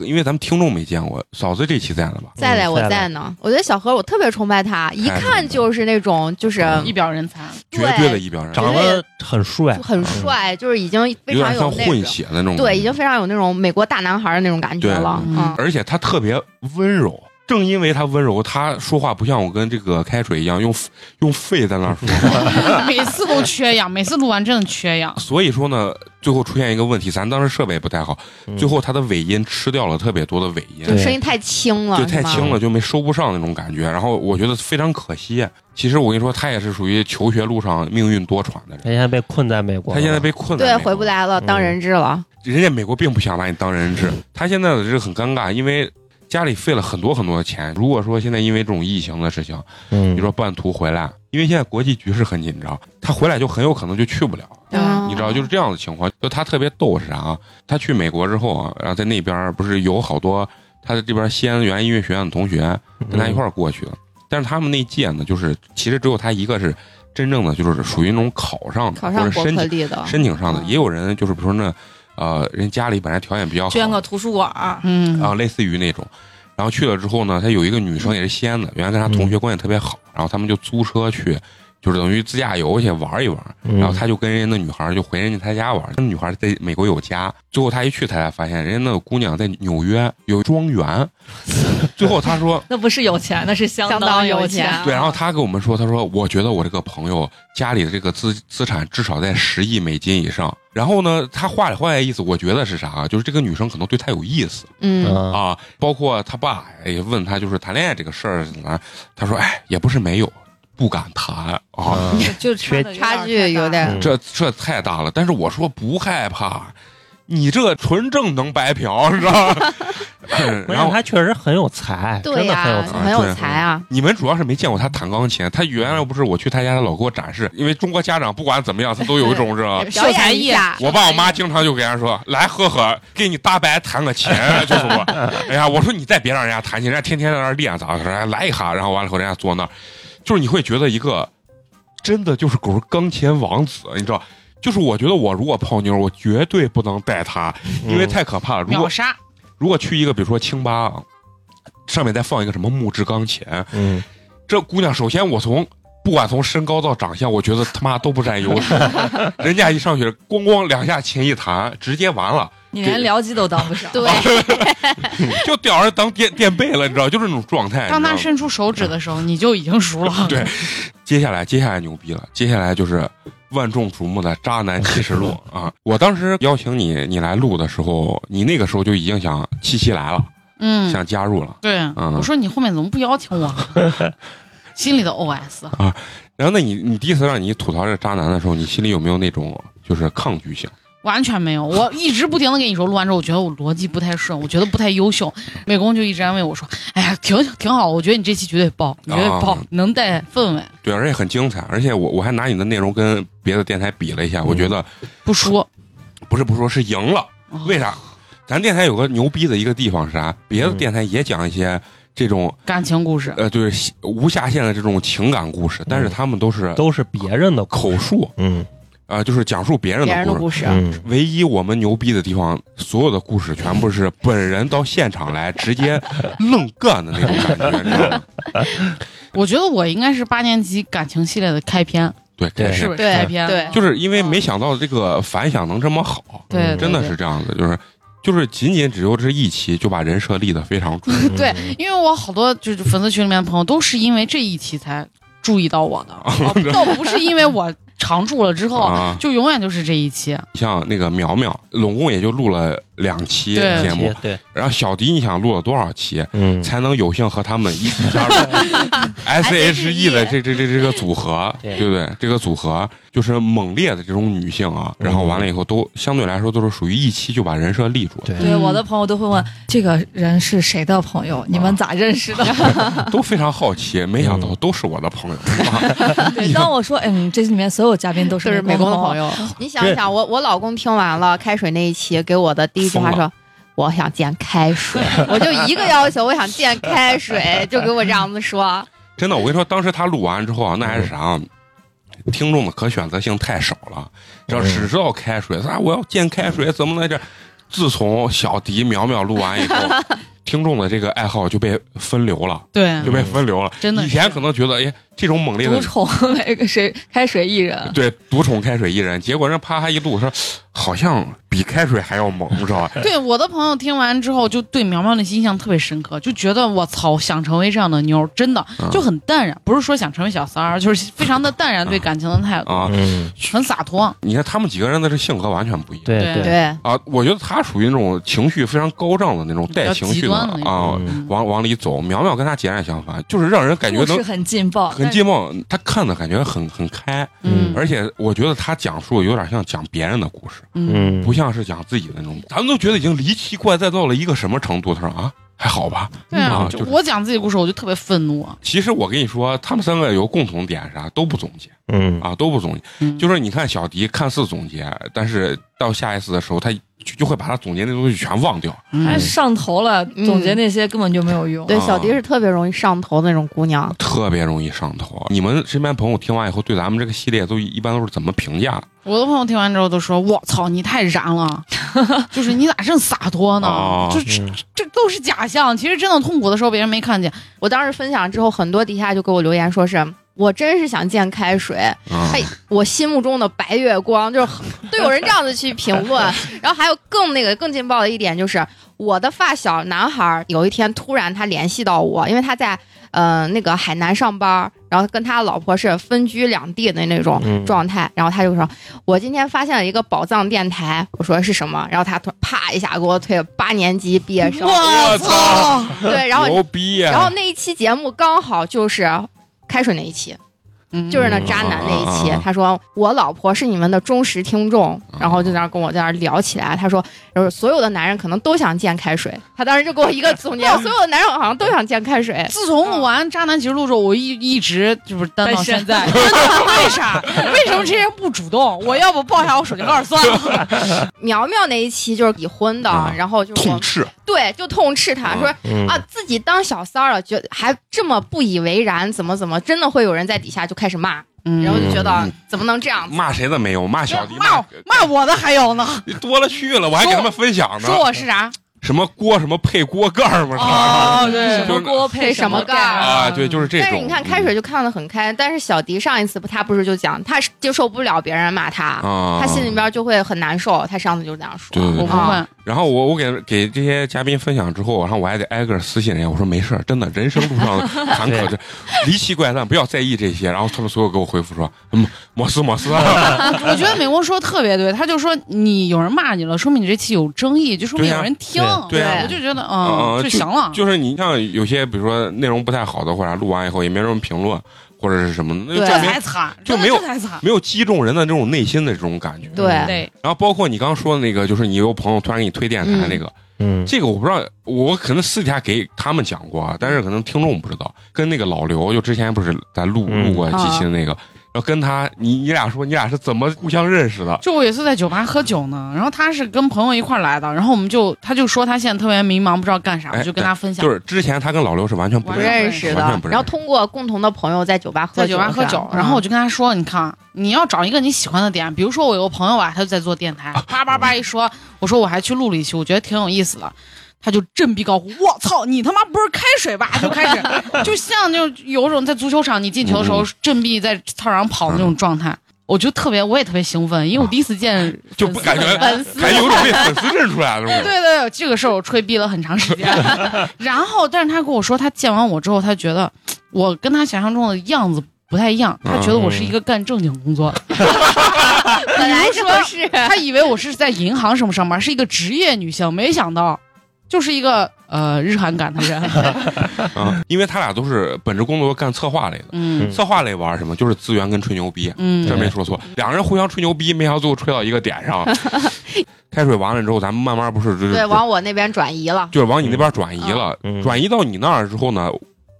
[SPEAKER 1] 因为咱们听众没见过。嫂子这期在呢吧？
[SPEAKER 3] 再来我
[SPEAKER 2] 再来
[SPEAKER 3] 在呢，我觉得小何我特别崇拜他，一
[SPEAKER 1] 太崇拜
[SPEAKER 3] 看就是那种就是
[SPEAKER 1] 嗯
[SPEAKER 6] 一表人才。
[SPEAKER 1] 绝对的一表人，
[SPEAKER 2] 长得很帅，
[SPEAKER 3] 就很帅，就是已经非
[SPEAKER 1] 有
[SPEAKER 3] 常
[SPEAKER 1] 点像
[SPEAKER 3] 有那
[SPEAKER 1] 混
[SPEAKER 3] 种，
[SPEAKER 1] 血的那种。
[SPEAKER 3] 对，已经。非常有那种美国大男孩的那种感觉
[SPEAKER 1] 对
[SPEAKER 3] 了，
[SPEAKER 6] 嗯
[SPEAKER 3] 嗯，
[SPEAKER 1] 而且他特别温柔。正因为他温柔，他说话不像我跟这个开水一样用用肺在那
[SPEAKER 3] (laughs)
[SPEAKER 1] 儿说话，
[SPEAKER 6] 每次都缺氧，每次录完真的缺氧。
[SPEAKER 1] 所以说呢，最后出现一个问题，咱当时设备不太好，
[SPEAKER 2] 嗯
[SPEAKER 1] 最后他的尾音吃掉了特别多的尾音，
[SPEAKER 3] 就声音太轻了，
[SPEAKER 1] 就太
[SPEAKER 3] 是
[SPEAKER 1] 轻
[SPEAKER 3] 吗
[SPEAKER 1] 了，就没收不上那种感觉。然后我觉得非常可惜。啊其实我跟你说，他也是属于求学路上命运多舛的
[SPEAKER 2] 他
[SPEAKER 1] 人，
[SPEAKER 2] 现在被困在美国了。
[SPEAKER 1] 他现在被困在
[SPEAKER 3] 对，
[SPEAKER 1] 美国
[SPEAKER 3] 回不来了，
[SPEAKER 2] 嗯
[SPEAKER 3] 当人质了，
[SPEAKER 1] 人家美国并不想把你当人质，他现在的这个很尴尬，因为家里费了很多很多的钱。如果说现在因为这种疫情的事情，
[SPEAKER 2] 嗯，
[SPEAKER 1] 你说半途回来，因为现在国际局势很紧张，他回来就很有可能就去不了，
[SPEAKER 6] 对
[SPEAKER 3] 嗯
[SPEAKER 1] 你知道，就是这样的情况。就他特别逗是啥啊？他去美国之后啊，然后在那边儿不是有好多他的这边西安园音乐学院的同学
[SPEAKER 2] 嗯
[SPEAKER 1] 跟他一块儿过去的，但是他们那届呢，就是其实只有他一个是真正的就是属于那种考上的
[SPEAKER 3] 考
[SPEAKER 1] 或
[SPEAKER 3] 上
[SPEAKER 1] 者
[SPEAKER 3] 伯
[SPEAKER 1] 申
[SPEAKER 3] 克
[SPEAKER 1] 请
[SPEAKER 3] 利的，
[SPEAKER 1] 申请上的，
[SPEAKER 3] 嗯
[SPEAKER 1] 也有人就是比如说那呃，人家里本来条件比较好，
[SPEAKER 7] 捐个图书馆
[SPEAKER 3] (laughs)
[SPEAKER 7] 儿，
[SPEAKER 6] 嗯
[SPEAKER 1] 啊，类似于那种。然后去了之后呢，他有一个女生也是西安的，原来跟他同学关系特别好，然后他们就租车去，就是等于自驾游去玩一玩。
[SPEAKER 2] 嗯，
[SPEAKER 1] 然后他就跟人家那女孩儿就回人家他家玩，那女孩儿在美国有家，最后他一去，他才发现人家那个姑娘在纽约有庄园。 (laughs) 最后他说，
[SPEAKER 7] 那不是有钱，那是相
[SPEAKER 3] 相当
[SPEAKER 7] 当
[SPEAKER 3] 有
[SPEAKER 7] 钱
[SPEAKER 3] 钱。
[SPEAKER 1] 对，然后他跟我们说，他说我觉得我这个朋友家里的这个资资产至少在十亿美金以上。然后呢，他话里话外意思，我觉得是啥啊，就是这个女生可能对他有意思。
[SPEAKER 3] 嗯，
[SPEAKER 2] 啊，
[SPEAKER 1] 啊，包括他爸也问他，就是谈恋爱这个事儿，怎么了他说，哎，也不是没有，不敢谈啊，
[SPEAKER 2] 嗯
[SPEAKER 7] 就
[SPEAKER 2] 缺
[SPEAKER 7] 得
[SPEAKER 3] 差距
[SPEAKER 7] 有
[SPEAKER 3] 有点
[SPEAKER 2] 嗯
[SPEAKER 1] 这这太大了。但是我说不害怕，你这纯正能白嫖是吧？嗯然
[SPEAKER 2] 关键
[SPEAKER 1] 后
[SPEAKER 2] 他确实很有才，
[SPEAKER 3] 对
[SPEAKER 1] 嗯
[SPEAKER 2] 真的
[SPEAKER 3] 呀、
[SPEAKER 2] 很有才。
[SPEAKER 1] 才
[SPEAKER 3] 很有
[SPEAKER 1] 对
[SPEAKER 3] 才啊！。
[SPEAKER 1] 你们主要是没见过他弹钢琴，他原来不是我去他家，他老给我展示，因为中国家长不管怎么样，他都有一种是吧
[SPEAKER 3] 表演一下，
[SPEAKER 1] 我爸我妈经常就给人家说：“来，呵呵，给你大伯弹个琴。”就是我， (laughs) 哎呀，我说你再别让人家弹琴，人家天天在那儿练咋回事？哎来一哈，然后完了以后人家坐那儿，就是你会觉得一个真的就是狗是钢琴王子，你知道？就是我觉得我如果泡妞，我绝对不能带他， (laughs) 因为
[SPEAKER 2] 嗯
[SPEAKER 1] 太可怕了。如
[SPEAKER 6] 秒
[SPEAKER 1] 果
[SPEAKER 6] 杀，
[SPEAKER 1] 如果去一个比如说清吧啊，上面再放一个什么木质钢琴，
[SPEAKER 2] 嗯，
[SPEAKER 1] 这姑娘，首先我从不管从身高到长相，我觉得他妈都不占优势。人家一上去，咣咣两下琴一弹，直接完了，
[SPEAKER 7] 你连僚机都当不上。
[SPEAKER 3] 对，
[SPEAKER 1] 就吊儿当垫垫背了，你知道，就是那种状态。哎你
[SPEAKER 6] 当
[SPEAKER 1] 知道
[SPEAKER 6] 他
[SPEAKER 1] 吗
[SPEAKER 6] 伸出手指的时候，你就已经熟了。
[SPEAKER 1] 对，接下来接下来牛逼了，接下来就是万众瞩目的《渣男启示录》啊！我当时邀请你，你来录的时候，你那个时候就已经想七夕来了，
[SPEAKER 6] 嗯，
[SPEAKER 1] 想嗯加入了。
[SPEAKER 6] 对，我说你后面怎么不邀请我
[SPEAKER 1] (laughs)
[SPEAKER 6] 呢？心里的 OS，
[SPEAKER 1] 然后，那你你第一次让你吐槽这个渣男的时候，你心里有没有那种就是抗拒性？
[SPEAKER 6] 完全没有，我一直不停的跟你说，录完之后我觉得我逻辑不太顺，我觉得不太优秀，美工就一直安慰我说，哎呀，挺挺好，我觉得你这期绝对爆，你绝对爆，
[SPEAKER 1] 啊
[SPEAKER 6] 能带氛围，
[SPEAKER 1] 对，而且很精彩，而且我我还拿你的内容跟别的电台比了一下，我觉得
[SPEAKER 6] 不说。
[SPEAKER 1] 不是不说是赢了，
[SPEAKER 6] 嗯
[SPEAKER 1] 为啥？咱电台有个牛逼的一个地方是啥？别的
[SPEAKER 2] 嗯
[SPEAKER 1] 电台也讲一些这种
[SPEAKER 6] 感情故事，
[SPEAKER 1] 呃，就是无下限的这种情感故事，但是他们都是
[SPEAKER 2] 嗯都是别人的
[SPEAKER 1] 口述
[SPEAKER 2] 嗯
[SPEAKER 1] 啊、呃就是讲述别人
[SPEAKER 3] 别人
[SPEAKER 1] 的
[SPEAKER 3] 的
[SPEAKER 1] 故事。
[SPEAKER 3] 故事，
[SPEAKER 1] (laughs)
[SPEAKER 2] 嗯
[SPEAKER 1] 唯一我们牛逼的地方，所有的故事全部是本人到现场来直接愣干的那种感觉，你知道吗？
[SPEAKER 6] 我觉得我应该是八年级感情系列的开篇，
[SPEAKER 1] 对，
[SPEAKER 2] 对
[SPEAKER 1] 真
[SPEAKER 6] 是
[SPEAKER 1] 是
[SPEAKER 6] 不是
[SPEAKER 3] 对
[SPEAKER 6] 开篇？
[SPEAKER 3] 对
[SPEAKER 1] 就是因为没想到这个反响能这么好，
[SPEAKER 6] 对对
[SPEAKER 1] 真的
[SPEAKER 6] 对
[SPEAKER 1] 是这样子，就是就是仅仅只有这一期就把人设立得非常准，
[SPEAKER 2] (laughs)
[SPEAKER 6] 对，
[SPEAKER 2] 嗯
[SPEAKER 1] (laughs)
[SPEAKER 6] 因为我好多就是粉丝群里面的朋友都是因为这一题才注意
[SPEAKER 1] (laughs)
[SPEAKER 6] 到我的，啊倒不是因为我常驻了之后
[SPEAKER 1] 啊
[SPEAKER 6] 就永远就是这一期，
[SPEAKER 1] 像那个苗苗，拢共也就录了两期
[SPEAKER 6] 对
[SPEAKER 1] 节目，
[SPEAKER 2] 对，
[SPEAKER 1] 然后小迪，你想录了多少期？
[SPEAKER 2] 嗯，
[SPEAKER 1] 才能有幸和他们一起加入 S H E 的这这这这个组合，
[SPEAKER 2] 对
[SPEAKER 1] 对不对？这个组合就是猛烈的这种女性啊，然后完了以后都相对来说都是属于一期就把人设立住，
[SPEAKER 2] 对
[SPEAKER 7] 对，
[SPEAKER 6] 嗯
[SPEAKER 7] 我的朋友都会问这个人是谁的朋友，你们咋认识的？
[SPEAKER 1] 都非常好奇，没想到都是我的朋友，是吧？
[SPEAKER 7] 对，当我说嗯，这里面所有嘉宾都
[SPEAKER 6] 都
[SPEAKER 7] 是
[SPEAKER 6] 是美
[SPEAKER 7] 工
[SPEAKER 6] 工的朋
[SPEAKER 7] 友，
[SPEAKER 6] 友。
[SPEAKER 3] 你想想，我我老公听完了开水那一期，给我的第一句话
[SPEAKER 1] 疯
[SPEAKER 3] 说。我想见开水，我就一个要求，我想见开水，就给我这样子说。
[SPEAKER 1] 真的，我跟你说，当时他录完之后啊，那
[SPEAKER 6] 嗯
[SPEAKER 1] 还是啥啊？听众的可选择性太少了，只要
[SPEAKER 2] 嗯
[SPEAKER 1] 只知道开水，啊，我要见开水，怎么来着？自从小迪淼淼录完以
[SPEAKER 6] (laughs)
[SPEAKER 1] 后，听众的这个爱好就被分流了，
[SPEAKER 6] 对，
[SPEAKER 1] 就被分流了。
[SPEAKER 6] 嗯真的
[SPEAKER 1] 以前
[SPEAKER 6] 是
[SPEAKER 1] 可能觉得，哎，这种猛烈
[SPEAKER 7] 独
[SPEAKER 1] 的
[SPEAKER 7] 宠那个谁开水艺人，
[SPEAKER 1] 对独宠开水艺人，结果人啪啪一录，说好像比开水还要猛，你知道吧？ (laughs)
[SPEAKER 6] 对我的朋友听完之后，就对苗苗那些印象特别深刻，就觉得我操，想成为这样的妞儿，真的
[SPEAKER 1] 嗯
[SPEAKER 6] 就很淡然，不是说想成为小三儿，就是非常的淡然对感情的态度，
[SPEAKER 1] 啊，
[SPEAKER 6] (laughs)
[SPEAKER 2] 嗯，
[SPEAKER 6] 很洒脱。
[SPEAKER 1] 你看他们几个人的这性格完全不一样。
[SPEAKER 2] 对
[SPEAKER 6] 对
[SPEAKER 2] 对，
[SPEAKER 3] 对，
[SPEAKER 1] 啊，我觉得他属于那种情绪非常高涨的那种带情绪的
[SPEAKER 6] 比较极端的那
[SPEAKER 1] 啊
[SPEAKER 2] 种
[SPEAKER 6] 嗯，
[SPEAKER 1] 往往里走。苗苗跟他截然相反，就是让人感觉
[SPEAKER 7] 故事
[SPEAKER 1] 能
[SPEAKER 7] 很劲爆，
[SPEAKER 1] 很劲爆，他看的感觉很很开，
[SPEAKER 2] 嗯
[SPEAKER 1] 而且我觉得他讲述有点像讲别人的故事，
[SPEAKER 6] 嗯，
[SPEAKER 2] 嗯，
[SPEAKER 1] 不像是讲自己的那种。咱们都觉得已经离奇怪诞到了一个什么程度？他说啊，还好吧。
[SPEAKER 6] 对啊
[SPEAKER 1] 啊，
[SPEAKER 6] 就
[SPEAKER 1] 就是
[SPEAKER 6] 我讲自己故事，我就特别愤怒。啊
[SPEAKER 1] 其实我跟你说，他们三个有共同点是啥？都不总结
[SPEAKER 2] 嗯
[SPEAKER 1] 啊，都不总结。
[SPEAKER 6] 嗯
[SPEAKER 1] 就是你看小迪看似总结，但是到下一次的时候，他就就会把他总结那东西全忘掉。
[SPEAKER 7] 哎
[SPEAKER 6] 嗯
[SPEAKER 7] 上头了，
[SPEAKER 3] 嗯
[SPEAKER 7] 总结那些根本就没有用。
[SPEAKER 3] 对，
[SPEAKER 1] 啊
[SPEAKER 3] 小迪是特别容易上头的那种姑娘。
[SPEAKER 1] 特别容易上头。你们身边朋友听完以后，对咱们这个系列都一般都是怎么评价的？
[SPEAKER 6] 我的朋友听完之后都说：“我操，你太燃了！啊就是你咋这么洒脱呢？
[SPEAKER 1] 哦
[SPEAKER 6] 就这
[SPEAKER 2] 嗯
[SPEAKER 6] 这都是假象，其实真的痛苦的时候别人没看见。
[SPEAKER 3] 我当时分享之后，很多底下就给我留言说是。我真是想见开水，
[SPEAKER 1] 啊、
[SPEAKER 3] 哎，我心目中的白月光，就是
[SPEAKER 1] (laughs)
[SPEAKER 3] 都有人这样子去评论。然后还有更那个更劲爆的一点就是，我的发小男孩儿有一天突然他联系到我，因为他在呃那个海南上班，然后跟他老婆是分居两地的那种。
[SPEAKER 2] 嗯
[SPEAKER 3] 状态，然后他就说：“我今天发现了一个宝藏电台。”我说是什么？然后他突然啪一下给我推了八年级毕业生。
[SPEAKER 1] (laughs) 我操，
[SPEAKER 3] 对，然后
[SPEAKER 1] 牛逼、啊！
[SPEAKER 3] 然后那一期节目刚好就是开水那一期，
[SPEAKER 6] 嗯
[SPEAKER 3] 就是那渣男那一期
[SPEAKER 1] 嗯嗯嗯嗯，嗯
[SPEAKER 3] 他说我老婆是你们的忠实听众，然后就在那儿跟我在那儿聊起来。他说，就是所有的男人可能都想见开水，他当时就给我一个总结，所有的男人好像都想见开水。
[SPEAKER 6] 自从我玩《渣男极速录》之后，我一一直就是单到
[SPEAKER 5] 但现
[SPEAKER 6] 现
[SPEAKER 5] 在
[SPEAKER 6] 为啥？
[SPEAKER 5] 为什么这些人不主动？我要不抱下我手机盖儿算了。
[SPEAKER 3] 苗苗那一期就是已婚的
[SPEAKER 1] 啊，
[SPEAKER 3] 然后就是我
[SPEAKER 1] 痛斥，
[SPEAKER 3] 对，就痛斥他
[SPEAKER 1] 啊
[SPEAKER 3] 说
[SPEAKER 2] 嗯
[SPEAKER 3] 啊，自己当小三儿了，觉得还这么不以为然，怎么怎么，真的会有人在底下就开始骂，
[SPEAKER 6] 嗯
[SPEAKER 3] 然后就觉
[SPEAKER 1] (laughs)
[SPEAKER 3] 得
[SPEAKER 1] 嗯
[SPEAKER 3] 怎么能这样子？
[SPEAKER 1] 骂谁的没有？骂小呃迪
[SPEAKER 6] 哎骂我骂我的还有呢，
[SPEAKER 1] 你多了去了，我还给他们分享呢
[SPEAKER 6] 说。我是啥？
[SPEAKER 1] 什么锅什么配锅盖儿嘛，
[SPEAKER 5] 哦，
[SPEAKER 7] 什
[SPEAKER 5] 对
[SPEAKER 1] 就
[SPEAKER 7] 么
[SPEAKER 1] 是
[SPEAKER 7] 锅配
[SPEAKER 3] 配什么
[SPEAKER 7] 盖
[SPEAKER 3] 盖
[SPEAKER 7] 儿
[SPEAKER 3] 儿
[SPEAKER 1] (laughs) 啊，对，就是这种。嗯
[SPEAKER 3] 但是你看开水就看得很开，但是小迪上一次不，他不是就讲他是接受不了别人骂他，
[SPEAKER 1] 啊，
[SPEAKER 3] 他心里。边就会很难受。他上次就这样说，
[SPEAKER 1] 对对对
[SPEAKER 6] 我不
[SPEAKER 3] 啊
[SPEAKER 6] 会，
[SPEAKER 1] 然后我我给给这些嘉宾分享之后，然后我还得挨个私信人家，我说没事儿，真的人生路上坎坷这离奇怪诞，不要在意这些。然后他们所有给我回复说，嗯，莫斯莫斯，
[SPEAKER 6] 我觉得美国说的特别对，他就说你有人骂你了，说明你这期有争议，就说明
[SPEAKER 1] 对呀
[SPEAKER 6] 有人听。
[SPEAKER 1] 对啊
[SPEAKER 3] 呀
[SPEAKER 6] 我就觉得
[SPEAKER 1] 嗯嗯
[SPEAKER 6] 嗯，就行了。
[SPEAKER 1] 就是你像有些比如说内容不太好的，或者录完以后也没人评论或者是什么的，那就
[SPEAKER 3] 对
[SPEAKER 1] 证明
[SPEAKER 6] 太惨，
[SPEAKER 1] 就
[SPEAKER 6] 真的
[SPEAKER 1] 没有
[SPEAKER 6] 这太惨。
[SPEAKER 1] 没有击中人的这种内心的这种感觉。
[SPEAKER 2] 嗯
[SPEAKER 3] 对
[SPEAKER 5] 对，
[SPEAKER 1] 然后包括你刚刚说的那个，就是你有朋友突然给你推电台那个，
[SPEAKER 2] 嗯，
[SPEAKER 1] 这个我不知道，我可能私底下给他们讲过，啊，但是可能听众不知道。跟那个老刘，就之前不是咱录
[SPEAKER 2] 嗯
[SPEAKER 1] 录过几期的那个，
[SPEAKER 3] 啊
[SPEAKER 1] 然后跟他，你你俩说你俩是怎么互相认识的？
[SPEAKER 6] 就我有一次在酒吧喝酒呢，然后他是跟朋友一块儿来的，然后我们就他就说他现在特别迷茫，不知道干啥，
[SPEAKER 1] 哎
[SPEAKER 6] 我就跟他分享。
[SPEAKER 1] 就是之前他跟老刘是完全不
[SPEAKER 3] 不
[SPEAKER 1] 认识的，
[SPEAKER 3] 认识
[SPEAKER 1] 完全
[SPEAKER 3] 的
[SPEAKER 1] 不。认识
[SPEAKER 3] 然后通过共同的朋友在酒吧喝
[SPEAKER 6] 在酒吧喝
[SPEAKER 3] 是
[SPEAKER 6] 酒
[SPEAKER 3] 吧，
[SPEAKER 6] 然后我
[SPEAKER 1] 嗯
[SPEAKER 6] 就跟他说：“你看，你要找一个你喜欢的点，比如说我有个朋友啊，他就在做电台，叭叭叭一说，我说我还去录了一期，我觉得挺有意思的。”他就振臂高呼：“我操，你他妈不是开水吧？”就开始， (laughs) 就像就有种在足球场你进球的
[SPEAKER 1] 嗯
[SPEAKER 6] 时候振臂在操场跑的那种状态，我就特别，我也特别兴奋，因为我第一次见
[SPEAKER 1] 嗯就不感觉
[SPEAKER 6] 粉
[SPEAKER 3] 粉丝
[SPEAKER 6] 丝的人
[SPEAKER 1] 还有种被粉丝认出来的那种。
[SPEAKER 3] (laughs)
[SPEAKER 6] 对对对，这个事儿我吹逼了很长时间。 (laughs) 然后，但是他跟我说，他见完我之后，他觉得我跟他想象中的样子不太一样，他觉得我是一个干正经工作的，
[SPEAKER 3] 嗯本来就不是，
[SPEAKER 1] (laughs)
[SPEAKER 6] 他以为我是在银行什么上班，是一个职业女性，没想到就是一个呃日韩感的人。
[SPEAKER 1] (laughs) 啊，因为他俩都是本职工作干策划类的，
[SPEAKER 6] 嗯
[SPEAKER 1] 策划类玩什么就是资源跟吹牛逼，
[SPEAKER 6] 嗯，
[SPEAKER 1] 这没说错，两个人互相吹牛逼，没想到最后吹到一个点上。开水完了之后，咱们慢慢不是就是
[SPEAKER 3] 对，往我那边转移了。
[SPEAKER 1] 就是往你那边转移了，
[SPEAKER 2] 嗯嗯
[SPEAKER 1] 转移到你那儿之后呢，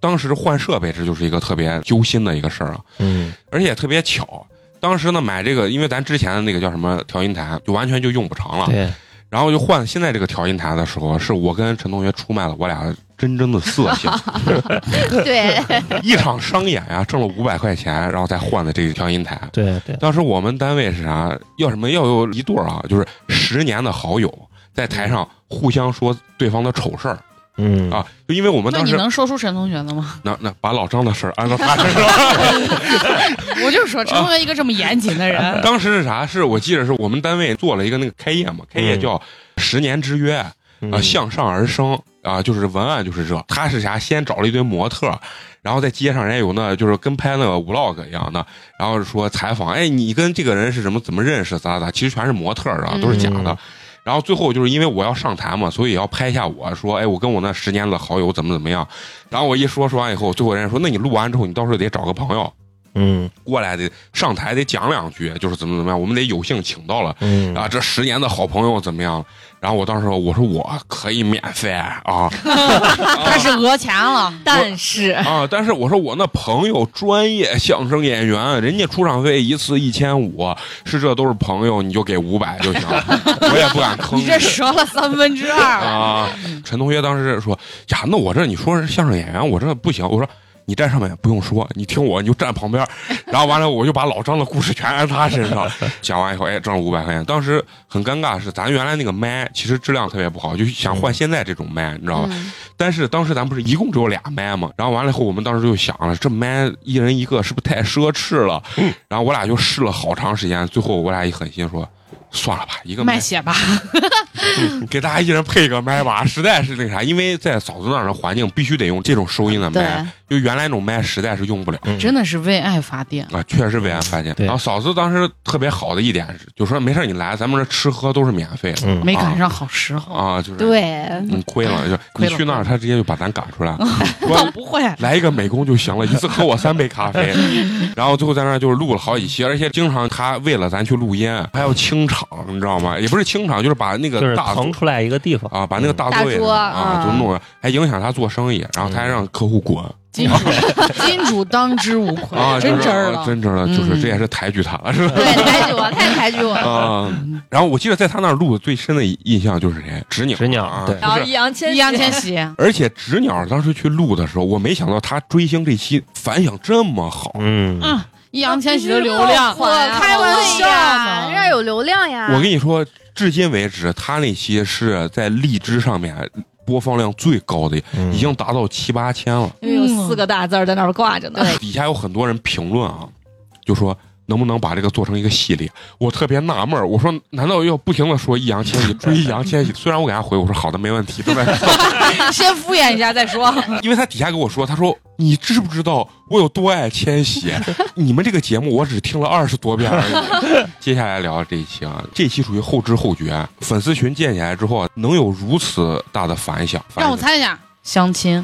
[SPEAKER 1] 当时换设备这就是一个特别揪心的一个事儿啊，
[SPEAKER 2] 嗯
[SPEAKER 1] 而且也特别巧。当时呢，买这个，因为咱之前的那个叫什么调音台，就完全就用不长了。
[SPEAKER 2] 对，
[SPEAKER 1] 然后就换现在这个调音台的时候，是我跟陈同学出卖了我俩真正的色相。 (laughs)
[SPEAKER 3] 对，
[SPEAKER 1] 一场商演呀、挣了五百块钱，然后再换的这个调音台。
[SPEAKER 2] 对对，
[SPEAKER 1] 当时我们单位是啥？要什么要有一对儿啊，就是十年的好友，在台上互相说对方的丑事儿
[SPEAKER 2] 嗯，
[SPEAKER 1] 啊。就因为我们
[SPEAKER 6] 那
[SPEAKER 1] 当
[SPEAKER 6] 你
[SPEAKER 1] 时
[SPEAKER 6] 能说出陈同学的吗？
[SPEAKER 1] 那那把老张的事儿按照他身上。
[SPEAKER 6] 我就说陈同学一个这么严谨的人，
[SPEAKER 1] 当时是啥？是我记得是我们单位做了一个那个开业嘛，开业叫“十年之约”啊、
[SPEAKER 2] 嗯
[SPEAKER 1] 向上而生啊、就是文案就是这。他是啥？先找了一堆模特，然后在街上人家有那就是跟拍那个 vlog 一样的，然后说采访，哎，你跟这个人是什么怎么认识？咋咋？其实全是模特啊，都是假的。
[SPEAKER 2] 嗯
[SPEAKER 1] 然后最后就是因为我要上台嘛，所以也要拍一下我说，哎，我跟我那十年的好友怎么怎么样。然后我一说说完以后，最后人家说，那你录完之后，你到时候得找个朋友，
[SPEAKER 2] 嗯
[SPEAKER 1] 过来得上台得讲两句，就是怎么怎么样，我们得有幸请到了
[SPEAKER 2] 嗯
[SPEAKER 1] 啊，这十年的好朋友怎么样？然后我当时说我说我可以免费啊
[SPEAKER 6] 他是讹钱了。
[SPEAKER 7] 但是
[SPEAKER 1] 啊，但是我说我那朋友专业相声演员，人家出场费一次一千五，是这都是朋友，你就给五百就行，我也不敢坑
[SPEAKER 6] 你
[SPEAKER 1] 你
[SPEAKER 6] 这折了三分
[SPEAKER 7] (laughs)
[SPEAKER 6] 之
[SPEAKER 1] (laughs)
[SPEAKER 6] 二，
[SPEAKER 1] 啊。陈同学当时说呀，那我这你说是相声演员，我这不行，我说。你站上面不用说，你听我，你就站旁边，然后完了我就把老张的故事全按他身上讲完以后，哎，挣了五百块钱。当时很尴尬的是，咱原来那个麦其实质量特别不好，就想换现在这种麦，你知道吧？
[SPEAKER 3] 嗯
[SPEAKER 1] 但是当时咱不是一共只有俩麦嘛，然后完了以后，我们当时就想了，这麦一人一个是不是太奢侈了？然后我俩就试了好长时间，最后我俩一狠心说，算了吧，一个麦嗯
[SPEAKER 6] 卖血吧。
[SPEAKER 1] (clears throat) 给大家一人配一个麦吧，实在是那啥，因为在嫂子那儿的环境必须得用这种收音的
[SPEAKER 3] 对
[SPEAKER 1] 麦，就原来那种麦实在是用不了。
[SPEAKER 2] 嗯
[SPEAKER 6] 真的是为爱发电。
[SPEAKER 1] 啊，确实为俺发现。
[SPEAKER 2] 对
[SPEAKER 1] 然后嫂子当时特别好的一点是，就说没事儿你来，咱们这吃喝都是免费的
[SPEAKER 2] 嗯，
[SPEAKER 6] 没赶上好时候，
[SPEAKER 1] 啊，就是
[SPEAKER 3] 对，
[SPEAKER 1] 你亏了，就
[SPEAKER 6] 嗯亏
[SPEAKER 1] 你
[SPEAKER 6] 了
[SPEAKER 1] 去那儿，他直接就把咱赶出来了，
[SPEAKER 6] 倒
[SPEAKER 1] 说
[SPEAKER 6] 不会，
[SPEAKER 1] 来一个美工就行了，一次喝我三杯咖啡，然后最后在那儿就是录了好几期，而且经常他为了咱去录音，还要清场，你知道吗？也不是清场，就是把那
[SPEAKER 2] 就是
[SPEAKER 1] 个大
[SPEAKER 2] 腾出来一个地方，
[SPEAKER 1] 啊，把那个大
[SPEAKER 3] 大
[SPEAKER 1] 座位
[SPEAKER 3] 桌
[SPEAKER 1] 啊
[SPEAKER 3] 啊
[SPEAKER 1] 就弄了，还影响他做生意，然后他还让客户滚
[SPEAKER 3] (laughs)
[SPEAKER 6] 金主金主当之无愧，
[SPEAKER 1] 啊，
[SPEAKER 6] 嗯
[SPEAKER 1] 就
[SPEAKER 6] 真
[SPEAKER 1] 是
[SPEAKER 6] 真儿
[SPEAKER 1] 啊
[SPEAKER 6] 了。
[SPEAKER 1] 真真了，就是
[SPEAKER 6] 嗯
[SPEAKER 1] 这也是抬举他了，是吧？ (laughs)
[SPEAKER 3] 对，抬举我，
[SPEAKER 6] (laughs)
[SPEAKER 3] 太抬举我了。
[SPEAKER 1] 啊、然后我记得在他那儿录的最深的印象就是谁，纸鸟，
[SPEAKER 2] 纸鸟
[SPEAKER 1] 啊，
[SPEAKER 2] 对
[SPEAKER 7] 然后
[SPEAKER 1] 不是
[SPEAKER 7] 易烊千玺
[SPEAKER 6] 易烊千玺，
[SPEAKER 1] 而且纸鸟当时去录的时候，我没想到他追星这期反响这么好。
[SPEAKER 2] 嗯，
[SPEAKER 1] 啊
[SPEAKER 6] 嗯，易烊千玺的流量，
[SPEAKER 7] 我
[SPEAKER 3] 开玩笑
[SPEAKER 6] 嘛
[SPEAKER 3] 嘛，人家有流量呀。
[SPEAKER 1] 我跟你说，至今为止，他那期是在荔枝上面播放量最高的，
[SPEAKER 2] 嗯
[SPEAKER 1] 已经达到七八千了。
[SPEAKER 7] 因为有四个大字儿在那儿挂着呢。
[SPEAKER 1] (laughs) 底下有很多人评论啊，就说。能不能把这个做成一个系列？我特别纳闷儿，我说难道要不停的说易烊千玺追易烊千玺？虽然我给他回我说好的没问题，对吧？
[SPEAKER 6] (laughs) 先敷衍一下再说。
[SPEAKER 1] (laughs) 因为他底下跟我说，他说你知不知道我有多爱千玺？你们这个节目我只听了二十多遍而已。接下来聊这一期啊，这期属于后知后觉，粉丝群建起来之后啊能有如此大的反响，
[SPEAKER 6] 让我猜一下，相亲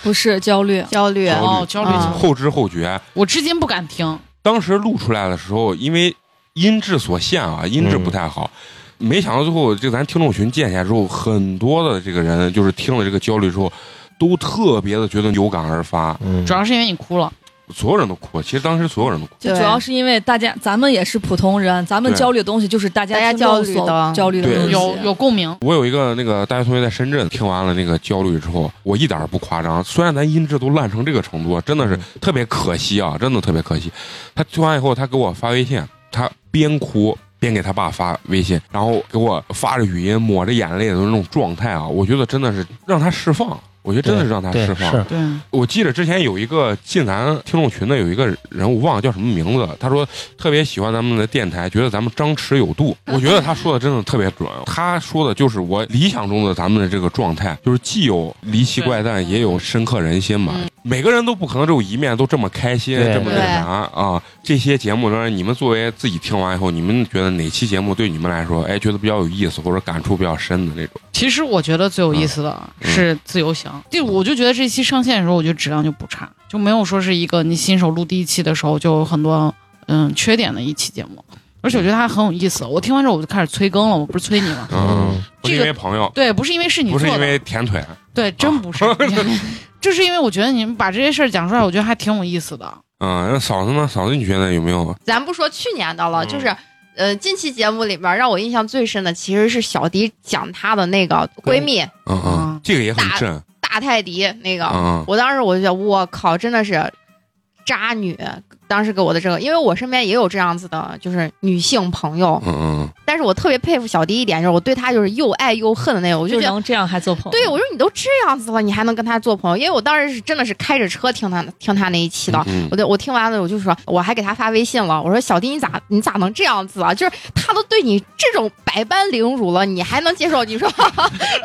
[SPEAKER 7] 不是焦虑，
[SPEAKER 3] 焦虑
[SPEAKER 1] 焦虑
[SPEAKER 6] 哦，焦虑
[SPEAKER 1] 反
[SPEAKER 3] 啊
[SPEAKER 1] 响。后知后觉，
[SPEAKER 6] 我至今不敢听。
[SPEAKER 1] 当时录出来的时候，因为音质所限啊，音质不太好。没想到最后，这个咱听众群建起来之后，很多的这个人就是听了这个焦虑之后，都特别的觉得有感而发，
[SPEAKER 2] 嗯
[SPEAKER 6] 主要是因为你哭了，
[SPEAKER 1] 所有人都哭。其实当时所有人都哭。
[SPEAKER 7] 就主要是因为大家咱们也是普通人，咱们
[SPEAKER 1] 对
[SPEAKER 7] 焦虑的东西就是大
[SPEAKER 3] 大家
[SPEAKER 7] 家听众
[SPEAKER 3] 焦虑
[SPEAKER 7] 所
[SPEAKER 3] 的
[SPEAKER 7] 焦虑的
[SPEAKER 1] 对啊
[SPEAKER 7] 东西。
[SPEAKER 6] 有有共鸣。
[SPEAKER 1] 我有一个那个大学同学在深圳，听完了那个焦虑之后，我一点儿不夸张。虽然咱音质都烂成这个程度，真的是特别可惜啊，真的特别可惜。他听完以后，他给我发微信，他边哭边给他爸发微信，然后给我发着语音，抹着眼泪的那种状态啊，我觉得真的是让他释放。我觉得真的是让他
[SPEAKER 2] 嗯对
[SPEAKER 1] 释放
[SPEAKER 2] 是。
[SPEAKER 6] 对，
[SPEAKER 1] 我记得之前有一个进咱听众群的有一个人，我忘了叫什么名字了。他说特别喜欢咱们的电台，觉得咱们张弛有度。
[SPEAKER 6] 啊
[SPEAKER 1] 我觉得他说的真的特别准，他说的就是我理想中的咱们的这个状态，就是既有离奇怪诞，也有深刻人心嘛
[SPEAKER 6] 嗯。
[SPEAKER 1] 每个人都不可能只有一面都这么开心，
[SPEAKER 2] 对
[SPEAKER 1] 这么那
[SPEAKER 3] 对
[SPEAKER 1] 啥啊。这些节目当然，你们作为自己听完以后，你们觉得哪期节目对你们来说，哎，觉得比较有意思，或者感触比较深的那种？
[SPEAKER 6] 其实我觉得最有意思
[SPEAKER 1] 啊
[SPEAKER 6] 的是自由行。对，我就觉得这期上线的时候，我觉得质量就不差，就没有说是一个你新手录第一期的时候就有很多嗯缺点的一期节目。而且我觉得它很有意思，我听完之后我就开始催更了，我不是催你吗？
[SPEAKER 1] 嗯，不是因
[SPEAKER 6] 这个
[SPEAKER 1] 为朋友，
[SPEAKER 6] 对，不是因为是你
[SPEAKER 1] 不
[SPEAKER 6] 做
[SPEAKER 1] 是
[SPEAKER 6] 的，
[SPEAKER 1] 因为哦舔腿，
[SPEAKER 6] 对，真不是，
[SPEAKER 1] (laughs)
[SPEAKER 6] 就是因为我觉得你们把这些事儿讲出来，我觉得还挺有意思的。
[SPEAKER 1] 嗯，那嫂子呢？嫂子你觉得有没啊有？
[SPEAKER 3] 咱不说去年的了，
[SPEAKER 1] 嗯
[SPEAKER 3] 就是。呃，近期节目里边让我印象最深的其实是小迪讲她的那个闺蜜
[SPEAKER 1] 嗯嗯
[SPEAKER 6] 嗯，
[SPEAKER 1] 这个也很
[SPEAKER 3] 啊打
[SPEAKER 1] 震，
[SPEAKER 3] 大泰迪那个，
[SPEAKER 1] 嗯
[SPEAKER 3] 我当时我就觉得我靠，真的是渣女。当时给我的这个，因为我身边也有这样子的，就是女性朋友
[SPEAKER 1] 嗯，嗯
[SPEAKER 3] 但是我特别佩服小迪一点，就是我对她就是又爱又恨的那种，我就
[SPEAKER 7] 就
[SPEAKER 3] 觉得
[SPEAKER 7] 能这样还做朋友？
[SPEAKER 3] 对，我说你都这样子了，你还能跟他做朋友？因为我当时是真的是开着车听他听他那一期的。
[SPEAKER 1] 嗯
[SPEAKER 3] 我对我听完了，我就说，我还给他发微信了。我说小弟，你咋你咋能这样子啊？就是他都对你这种百般凌辱了，你还能接受？你说 (laughs)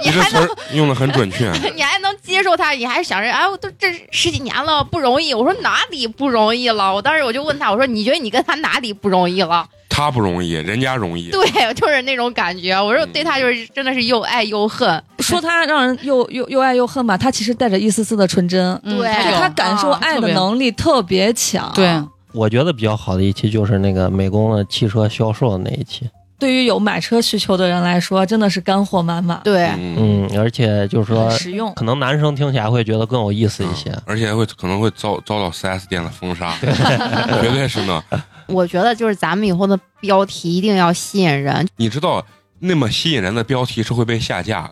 [SPEAKER 3] 你
[SPEAKER 1] 你这
[SPEAKER 3] 还
[SPEAKER 1] 词
[SPEAKER 3] 能
[SPEAKER 1] 儿 (laughs) 用的很准
[SPEAKER 3] (laughs)
[SPEAKER 1] 确，
[SPEAKER 3] 你还能接受他？你还想着哎，我都这十几年了不容易。我说哪里不容易了？我当时我就问他，我说你觉得你跟他哪里不容易了？
[SPEAKER 1] 他不容易，人家容易。
[SPEAKER 3] 对， (laughs) 就是那种感觉。我说对他就是真的是又爱又恨。
[SPEAKER 7] 说他让人又又又爱又恨吧，他其实带着一丝丝的纯真，
[SPEAKER 6] 嗯
[SPEAKER 3] 对
[SPEAKER 6] 他
[SPEAKER 7] 就
[SPEAKER 6] 有
[SPEAKER 7] 他感受
[SPEAKER 3] 啊
[SPEAKER 7] 爱
[SPEAKER 6] 特
[SPEAKER 7] 的
[SPEAKER 6] 别
[SPEAKER 7] 能力哎特别强。
[SPEAKER 6] 对，
[SPEAKER 2] 我觉得比较好的一期就是那个美工的汽车销售的那一期，
[SPEAKER 7] 对于有买车需求的人来说，真的是干货满满，
[SPEAKER 3] 对，
[SPEAKER 1] 嗯，
[SPEAKER 2] 嗯，而且就是说
[SPEAKER 7] 很，实用。
[SPEAKER 2] 可能男生听起来会觉得更有意思一些，
[SPEAKER 1] 啊而且会可能会遭遭到 4S 店的封杀， (laughs) 绝对是呢。
[SPEAKER 3] 我觉得就是咱们以后的标题一定要吸引人，
[SPEAKER 1] 你知道。那么吸引人的标题是会被下
[SPEAKER 2] (laughs)
[SPEAKER 1] 架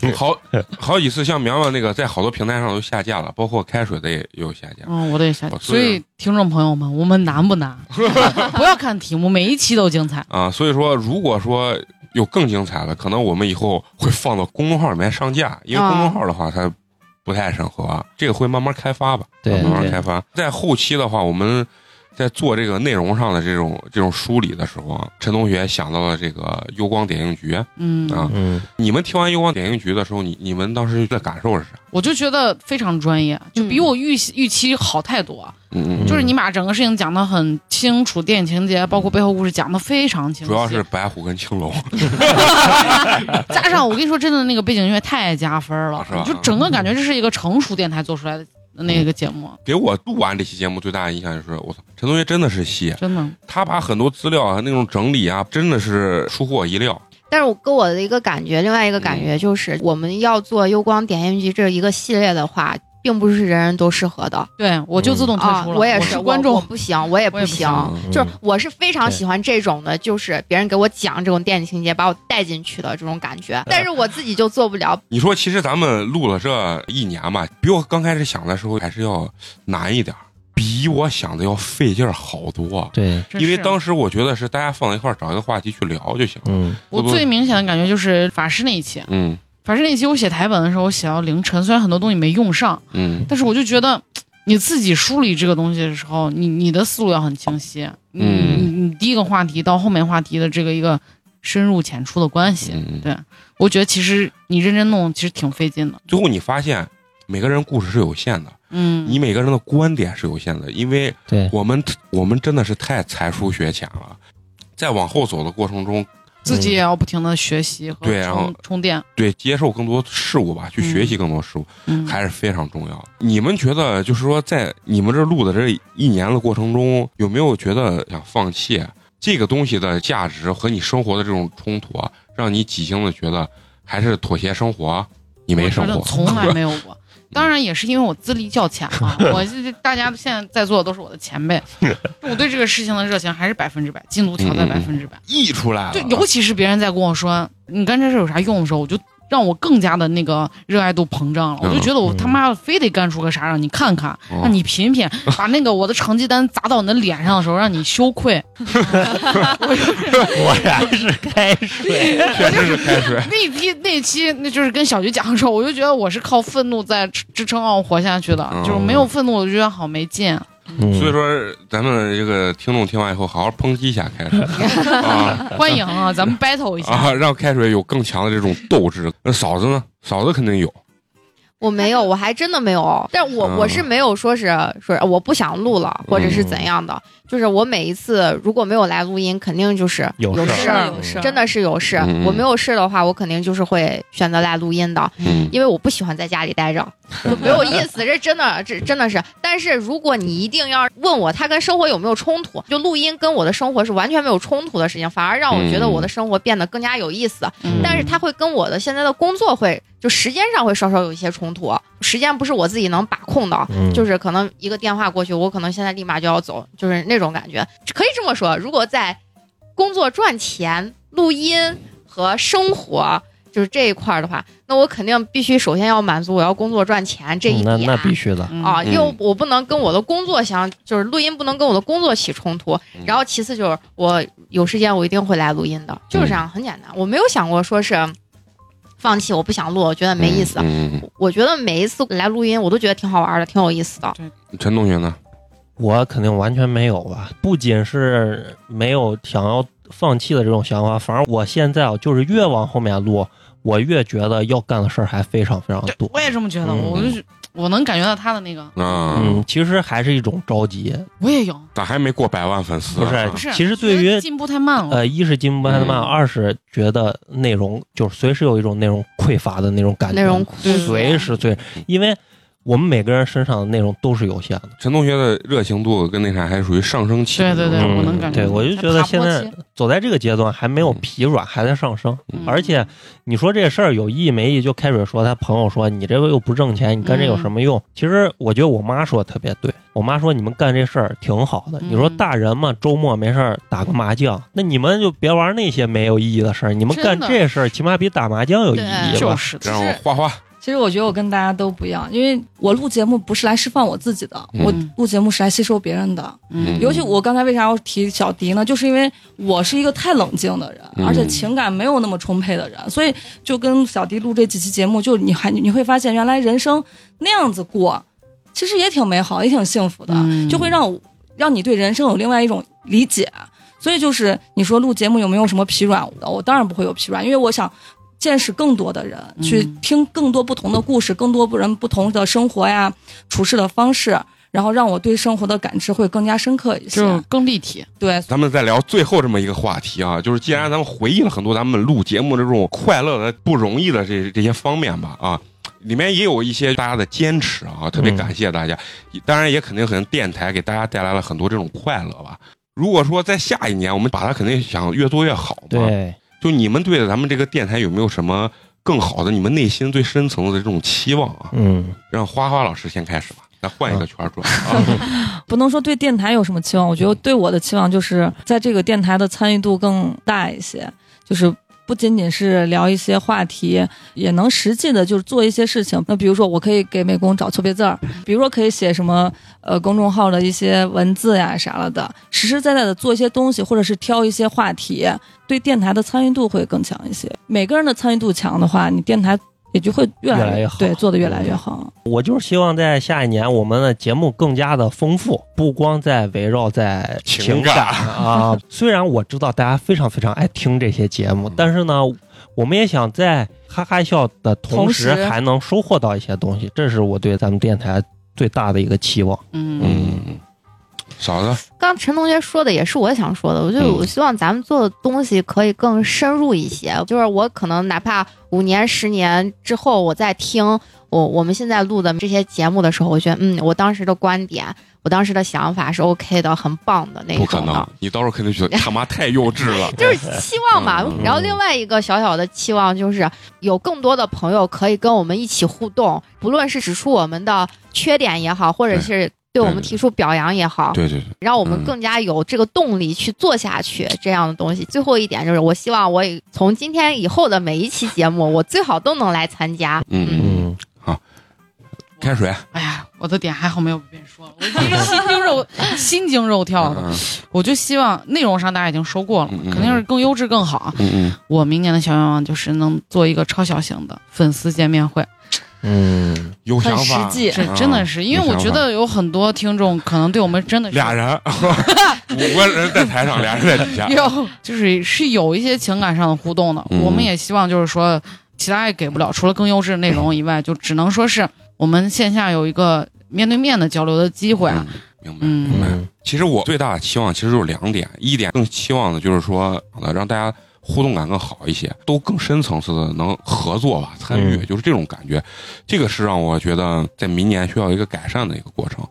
[SPEAKER 1] 的，好好几次像苗苗那个，在好多平台上都下架了，包括开水的也有下架。
[SPEAKER 6] 嗯，我得想
[SPEAKER 1] 哦。是
[SPEAKER 6] 所以听众朋友们，我们难不
[SPEAKER 1] (laughs)
[SPEAKER 6] 难？不要看题目，每一期都精彩。
[SPEAKER 1] 啊，所以说如果说有更精彩的，可能我们以后会放到公众号里面上架，因为
[SPEAKER 6] 啊
[SPEAKER 1] 公众号的话它啊不太审核，这个会慢慢开发吧，
[SPEAKER 2] 对
[SPEAKER 1] 慢慢
[SPEAKER 2] 对
[SPEAKER 1] 开发。在后期的话，我们。在做这个内容上的这种这种梳理的时候啊，陈同学想到了这个幽光点映局。
[SPEAKER 6] 嗯
[SPEAKER 1] 啊
[SPEAKER 2] 嗯，
[SPEAKER 1] 你们听完幽光点映局的时候，你你们当时的感受是啥？
[SPEAKER 6] 我就觉得非常专业，就比
[SPEAKER 3] 嗯
[SPEAKER 6] 我预期预期好太多。啊
[SPEAKER 1] 嗯嗯
[SPEAKER 6] 就是你把整个事情讲得很清楚，电影情节包括背后故事讲得非常清
[SPEAKER 1] 嗯，
[SPEAKER 6] 楚。
[SPEAKER 1] 主要是白虎跟青龙。 (laughs)
[SPEAKER 6] 加上我跟你说，真的那个背景音乐太加分了
[SPEAKER 1] 啊是吧，
[SPEAKER 6] 就整个感觉这是一个成熟电台做出来的那个节目，
[SPEAKER 1] 给我录完这期节目最大的印象就是，我操，陈同学真的是啊细，
[SPEAKER 6] 真的。
[SPEAKER 1] 他把很多资料啊那种整理啊，真的是出乎我意料。
[SPEAKER 3] 但是我给我的一个感觉，另外一个感觉就是，我们要做《幽光点映局》这一个系列的话，并不是人人都适合的
[SPEAKER 6] 对我就自动退
[SPEAKER 3] 啊！
[SPEAKER 6] 出了，
[SPEAKER 3] 我也
[SPEAKER 6] 是
[SPEAKER 3] 是
[SPEAKER 6] 观
[SPEAKER 3] 我我
[SPEAKER 6] 众，
[SPEAKER 3] 不行，我也
[SPEAKER 6] 我也不
[SPEAKER 3] 行。
[SPEAKER 6] 行
[SPEAKER 1] 嗯
[SPEAKER 3] 就是我是非常
[SPEAKER 2] 对
[SPEAKER 3] 喜欢这种的，就是别人给我讲这种电影情节，把我带进去的这种感觉。但是我自己就做不了，
[SPEAKER 1] 你说，其实咱们录了这一年吧，比我刚开始想的时候还是要难一点儿，比我想的要费劲儿好多。
[SPEAKER 2] 对，
[SPEAKER 6] 真
[SPEAKER 1] 因为
[SPEAKER 6] 是
[SPEAKER 1] 当时我觉得是大家放在一块儿找一个话题去聊就行了。
[SPEAKER 2] 嗯
[SPEAKER 6] 我最明显的感觉就是法师那一期，
[SPEAKER 1] 嗯
[SPEAKER 6] 法师那一期我写台本的时候，我写到凌晨，虽然很多东西没用上，
[SPEAKER 1] 嗯
[SPEAKER 6] 但是我就觉得你自己梳理这个东西的时候，你你的思路要很清晰，你
[SPEAKER 1] 嗯
[SPEAKER 6] 你你第一个话题到后面话题的这个一个深入浅出的关系，
[SPEAKER 1] 嗯，
[SPEAKER 6] 对我觉得其实你认真弄其实挺费劲的，
[SPEAKER 1] 最后你发现每个人故事是有限的，
[SPEAKER 6] 嗯，
[SPEAKER 1] 你每个人的观点是有限的，因为
[SPEAKER 2] 对，
[SPEAKER 1] 我们我们真的是太才疏学浅了。在往后走的过程中，
[SPEAKER 6] 自
[SPEAKER 2] 嗯
[SPEAKER 6] 己也要不停的学习和
[SPEAKER 1] 对然后
[SPEAKER 6] 充充电，
[SPEAKER 1] 对接受更多事物吧，去学习更多事物，
[SPEAKER 6] 嗯，
[SPEAKER 1] 还是非常重要的。你们觉得，就是说，在你们这录的这一年的过程中，有没有觉得想放弃这个东西的价值和你生活的这种冲突啊，让你几星的觉得还是妥协生活？啊你没生
[SPEAKER 6] 我觉
[SPEAKER 1] 活
[SPEAKER 6] 得，从
[SPEAKER 1] (laughs)
[SPEAKER 6] 来没有过。当然也是因为我资历较浅啊，我这大家现在在座的都是我的前
[SPEAKER 1] (laughs)
[SPEAKER 6] 辈，我对这个事情的热情还是百分之百，进度条在
[SPEAKER 1] 嗯嗯嗯
[SPEAKER 6] 百分之百。
[SPEAKER 1] 溢出来了。
[SPEAKER 6] 就尤其是别人在跟我说你干这事有啥用的时候，我就让我更加的那个热爱度膨胀了。
[SPEAKER 1] 嗯
[SPEAKER 6] 我就觉得我他妈非得干出个啥让你看看，
[SPEAKER 1] 啊
[SPEAKER 6] 让你
[SPEAKER 1] (laughs)
[SPEAKER 6] 品品，把那个我的成绩单砸到你的脸上的时候，让你
[SPEAKER 1] (laughs)
[SPEAKER 6] 羞愧。
[SPEAKER 2] 果然是开水，
[SPEAKER 1] 确实是开水。
[SPEAKER 6] 那批那期那就是跟小菊讲的时候，我就觉得我是靠愤怒在支支撑让我活下去的，
[SPEAKER 1] 嗯
[SPEAKER 6] 就是没有愤怒我就觉得好没劲。啊
[SPEAKER 2] 嗯
[SPEAKER 1] 所以说，咱们这个听众听完以后，好好抨击一下
[SPEAKER 6] (laughs)
[SPEAKER 1] 开水啊
[SPEAKER 6] 欢迎啊，咱们 battle 一下。
[SPEAKER 1] 啊，让开水有更强的这种斗志。那嫂子呢？嫂子肯定有，
[SPEAKER 3] 我没有，我还真的没有。但我
[SPEAKER 1] 嗯
[SPEAKER 3] 我是没有说是说呃我不想录了，或者是怎样的。就是我每一次如果没有来录音，肯定就是
[SPEAKER 2] 有
[SPEAKER 3] 有
[SPEAKER 2] 事
[SPEAKER 3] 事
[SPEAKER 2] 儿
[SPEAKER 3] 儿，
[SPEAKER 2] 有
[SPEAKER 7] 有
[SPEAKER 2] 事
[SPEAKER 7] 事
[SPEAKER 3] 真的是有事。
[SPEAKER 1] 嗯嗯
[SPEAKER 3] 我没有事的话，我肯定就是会选择来录音的，
[SPEAKER 1] 嗯，
[SPEAKER 3] 因为我不喜欢在家里待
[SPEAKER 1] (laughs)
[SPEAKER 3] 着，没有意思。这真的，这真的是。但是如果你一定要问我，它跟生活有没有冲突，就录音跟我的生活是完全没有冲突的事情，反而让我觉得
[SPEAKER 1] 嗯
[SPEAKER 3] 我的生活变得更加有意思。
[SPEAKER 2] 嗯
[SPEAKER 3] 但是它会跟我的现在的工作会就时间上会稍稍有一些冲突，时间不是我自己能把控的，
[SPEAKER 2] 嗯
[SPEAKER 3] 就是可能一个电话过去，我可能现在立马就要走，就是那种感觉。可以这么说，如果在工作赚钱、录音和生活就是这一块儿的话，那我肯定必须首先要满足我要工作赚钱这一
[SPEAKER 2] 嗯那
[SPEAKER 3] 点。
[SPEAKER 2] 那必须的，
[SPEAKER 6] 嗯
[SPEAKER 3] 啊，
[SPEAKER 1] 嗯
[SPEAKER 3] 又我不能跟我的工作相，就是录音不能跟我的工作起冲突
[SPEAKER 1] 嗯。
[SPEAKER 3] 然后其次就是我有时间我一定会来录音的，就是
[SPEAKER 2] 嗯
[SPEAKER 3] 这样，很简单。我没有想过说是放弃，我不想录，我觉得没意思。啊
[SPEAKER 1] 嗯嗯
[SPEAKER 3] 我觉得每一次来录音，我都觉得挺好玩的，挺有意思的。
[SPEAKER 1] 嗯陈同学呢？
[SPEAKER 2] 我肯定完全没有吧，不仅是没有想要放弃的这种想法，反而我现在啊，就是越往后面录，我越觉得要干的事儿还非常非常
[SPEAKER 6] 对
[SPEAKER 2] 多，。
[SPEAKER 6] 我也这么觉得，
[SPEAKER 2] 嗯
[SPEAKER 6] 我就是我能感觉到他的那个，
[SPEAKER 1] 啊，
[SPEAKER 2] 嗯，其实还是一种着急，
[SPEAKER 6] 我也有，
[SPEAKER 1] 咋还没过百万粉丝
[SPEAKER 2] 不
[SPEAKER 1] 啊？
[SPEAKER 2] 是
[SPEAKER 6] 不是？
[SPEAKER 2] 其实对于
[SPEAKER 6] 觉得进步太慢了，
[SPEAKER 2] 呃，一是进步太慢，
[SPEAKER 1] 嗯
[SPEAKER 2] 二是觉得内容就是随时有一种内容匮乏的那种感觉，
[SPEAKER 3] 内容
[SPEAKER 1] 嗯
[SPEAKER 3] 库
[SPEAKER 6] 对
[SPEAKER 2] 随时最，因为我们每个人身上的内容都是有限的。
[SPEAKER 1] 陈同学的热情度跟那啥还属于上升期。
[SPEAKER 6] 对对对
[SPEAKER 2] 嗯
[SPEAKER 6] 我能感觉
[SPEAKER 2] 对
[SPEAKER 6] 到
[SPEAKER 2] 我就
[SPEAKER 7] 还
[SPEAKER 2] 觉得
[SPEAKER 7] 爬
[SPEAKER 2] 现
[SPEAKER 7] 坡
[SPEAKER 2] 在
[SPEAKER 7] 期
[SPEAKER 2] 走在这个阶段还没有疲软，还在上升。
[SPEAKER 6] 嗯
[SPEAKER 2] 而且你说这事儿有意义没意义？就开水说他朋友说你这个又不挣钱，你干这有什
[SPEAKER 6] 嗯
[SPEAKER 2] 么用？其实我觉得我妈说的特别对，我妈说你们干这事儿挺好的。
[SPEAKER 6] 嗯
[SPEAKER 2] 你说大人嘛，周末没事儿打个麻将，那你们就别玩那些没有意义的事儿，你们干
[SPEAKER 6] 真的
[SPEAKER 2] 这事儿起码比打麻将有意义
[SPEAKER 3] 对
[SPEAKER 6] 就
[SPEAKER 2] 吧？
[SPEAKER 6] 是的，
[SPEAKER 1] 让我画画，
[SPEAKER 7] 其实我觉得我跟大家都不一样，因为我录节目不是来释放我自己的，
[SPEAKER 1] 嗯
[SPEAKER 7] 我录节目是来吸收别人的。
[SPEAKER 1] 嗯
[SPEAKER 7] 尤其我刚才为啥要提小迪呢？就是因为我是一个太冷静的人，
[SPEAKER 1] 嗯
[SPEAKER 7] 而且情感没有那么充沛的人，所以就跟小迪录这几期节目，就你还你会发现，原来人生那样子过，其实也挺美好，也挺幸福的，
[SPEAKER 6] 嗯
[SPEAKER 7] 就会让我让你对人生有另外一种理解。所以就是你说录节目有没有什么疲软？我当然不会有疲软，因为我想见识更多的人，
[SPEAKER 6] 嗯
[SPEAKER 7] 去听更多不同的故事，更多人不同的生活呀、处事的方式，然后让我对生活的感知会更加深刻一
[SPEAKER 6] 就是
[SPEAKER 7] 些。
[SPEAKER 6] 更立体。
[SPEAKER 7] 对，
[SPEAKER 1] 咱们再聊最后这么一个话题啊，就是既然咱们回忆了很多咱们录节目这种快乐的、不容易的这这些方面吧，啊，里面也有一些大家的坚持啊，特别
[SPEAKER 2] 嗯
[SPEAKER 1] 感谢大家。当然也肯定可能电台给大家带来了很多这种快乐吧。如果说在下一年，我们把它肯定想越做越好嘛。
[SPEAKER 2] 对，
[SPEAKER 1] 就你们对咱们这个电台有没有什么更好的、你们内心最深层的这种期望啊？
[SPEAKER 2] 嗯，
[SPEAKER 1] 让花花老师先开始吧，咱换一个圈儿转啊。
[SPEAKER 7] 不能说对电台有什么期望，我觉得对我的期望就是在这个电台的参与度更大一些，就是。不仅仅是聊一些话题，也能实际的，就是做一些事情。那比如说，我可以给美工找错别字儿， (laughs) 比如说可以写什么呃公众号的一些文字呀啥了的，实实在在的做一些东西，或者是挑一些话题，对电台的参与度会更强一些。每个人的参与度强的话，你电台也就会
[SPEAKER 2] 越
[SPEAKER 7] 越
[SPEAKER 2] 来越好
[SPEAKER 7] 对做的越来越好。
[SPEAKER 2] 我就是希望在下一年我们的节目更加的丰富，不光在围绕在
[SPEAKER 1] 情
[SPEAKER 2] 情
[SPEAKER 1] 感
[SPEAKER 2] 感啊。虽然我知道大家非常非常爱听这些节目，但是呢，我们也想在哈哈笑的同时
[SPEAKER 7] 同时
[SPEAKER 2] 还能收获到一些东西，这是我对咱们电台最大的一个期望。
[SPEAKER 6] 嗯，
[SPEAKER 1] 嗯，嫂子，
[SPEAKER 3] 刚陈同学说的也是我想说的，我就
[SPEAKER 1] 嗯
[SPEAKER 3] 我希望咱们做的东西可以更深入一些。就是我可能哪怕五年、十年之后，我再听我我们现在录的这些节目的时候，我觉得嗯，我当时的观点，我当时的想法是 OK 的，很棒的那
[SPEAKER 1] 不可
[SPEAKER 3] 种的
[SPEAKER 1] 能。，你到时候肯定觉得他妈太幼稚了。
[SPEAKER 3] 就是期望嘛
[SPEAKER 1] 嗯。
[SPEAKER 3] 然后另外一个小小的期望就是有更多的朋友可以跟我们一起互动，不论是指出我们的缺点也好，或者是对我们
[SPEAKER 1] 对
[SPEAKER 3] 提出表扬也好，
[SPEAKER 1] 对对对，
[SPEAKER 3] 让我们
[SPEAKER 1] 嗯
[SPEAKER 3] 更加有这个动力去做下去这样的东西。最后一点就是，我希望我也从今天以后的每一期节目，我最好都能来参加。
[SPEAKER 1] 嗯嗯，
[SPEAKER 2] 嗯，
[SPEAKER 1] 开水，
[SPEAKER 6] 哎呀，我的点还好没有被说了，我这个心惊肉心惊肉跳的。
[SPEAKER 1] 嗯
[SPEAKER 6] 我就希望内容上大家已经说过了嘛，
[SPEAKER 1] 嗯嗯
[SPEAKER 6] 肯定是更优质更好。啊
[SPEAKER 1] 嗯
[SPEAKER 6] 我明年的小愿望就是能做一个超小型的粉丝见面会，
[SPEAKER 2] 嗯
[SPEAKER 1] 嗯，，有想法，啊
[SPEAKER 7] 很实际
[SPEAKER 6] 这真的是，因为我觉得有很多听众可能对我们真的是
[SPEAKER 1] 俩人，五个人在台上，俩人在底下，
[SPEAKER 6] 有就是是有一些情感上的互动的。
[SPEAKER 1] 啊嗯
[SPEAKER 6] 我们也希望就是说，其他也给不了，除了更优质的内容以外，就只能说是我们线下有一个面对面的交流的机会。
[SPEAKER 1] 嗯明白。
[SPEAKER 6] 嗯
[SPEAKER 1] 明白其实我最大的期望其实就是两点，一点更期望的就是说，呃让大家互动感更好一些，都更深层次的能合作吧，参与，
[SPEAKER 2] 嗯
[SPEAKER 1] 就是这种感觉，这个是让我觉得在明年需要一个改善的一个过程。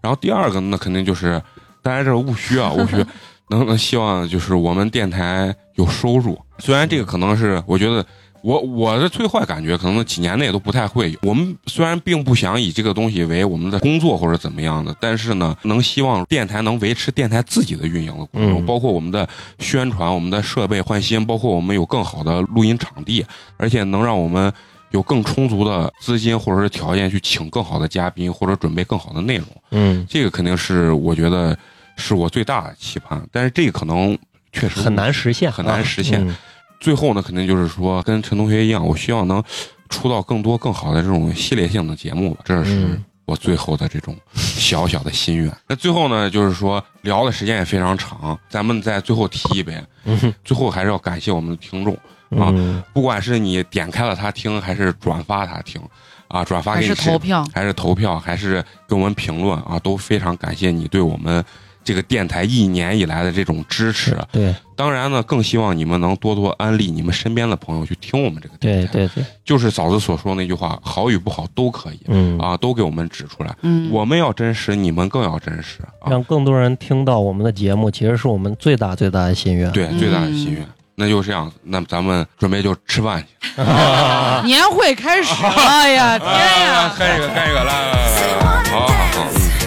[SPEAKER 1] 然后第二个呢，那肯定就是，当然这务虚啊，务虚，能能希望就是我们电台有收入，虽然这个可能是我觉得。我我的最坏感觉可能几年内都不太会有。我们虽然并不想以这个东西为我们的工作或者怎么样的，但是呢，能希望电台能维持电台自己的运营的过程中，
[SPEAKER 2] 嗯
[SPEAKER 1] 包括我们的宣传、我们的设备换新，包括我们有更好的录音场地，而且能让我们有更充足的资金或者是条件去请更好的嘉宾或者准备更好的内容。
[SPEAKER 2] 嗯，
[SPEAKER 1] 这个肯定是我觉得是我最大的期盼，但是这个可能确实
[SPEAKER 2] 很难实现，啊
[SPEAKER 1] 很难实现。
[SPEAKER 2] 嗯
[SPEAKER 1] 最后呢，肯定就是说跟陈同学一样，我希望能出到更多更好的这种系列性的节目吧，这是
[SPEAKER 2] 嗯
[SPEAKER 1] 我最后的这种小小的心愿。那最后呢，就是说聊的时间也非常长，咱们再最后提一遍，
[SPEAKER 2] 嗯
[SPEAKER 1] 最后还是要感谢我们的听众，啊
[SPEAKER 2] 嗯
[SPEAKER 1] 不管是你点开了他听，还是转发他听，啊，转发
[SPEAKER 6] 还
[SPEAKER 1] 给
[SPEAKER 6] 是
[SPEAKER 1] 你
[SPEAKER 6] 投票，
[SPEAKER 1] 还是投票，还是给我们评论啊，都非常感谢你对我们这个电台一年以来的这种支持。
[SPEAKER 2] 对
[SPEAKER 1] 当然呢，更希望你们能多多安利你们身边的朋友去听我们这个电
[SPEAKER 2] 对
[SPEAKER 1] 台。
[SPEAKER 2] 对对，
[SPEAKER 1] 就是嫂子所说那句话，好与不好都可以
[SPEAKER 2] 嗯，
[SPEAKER 1] 啊，都给我们指出来。
[SPEAKER 6] 嗯，
[SPEAKER 1] 我们要真实，你们更要真实啊。
[SPEAKER 2] 让更多人听到我们的节目，其实是我们最大最大的心愿。
[SPEAKER 1] 对，
[SPEAKER 6] 嗯
[SPEAKER 1] 最大的心愿。那就这样，那咱们准备就吃饭去。啊
[SPEAKER 6] 年会开始了，哎呀，天呀！
[SPEAKER 1] (laughs) 干一个，干一个，来来来来来，好好好。嗯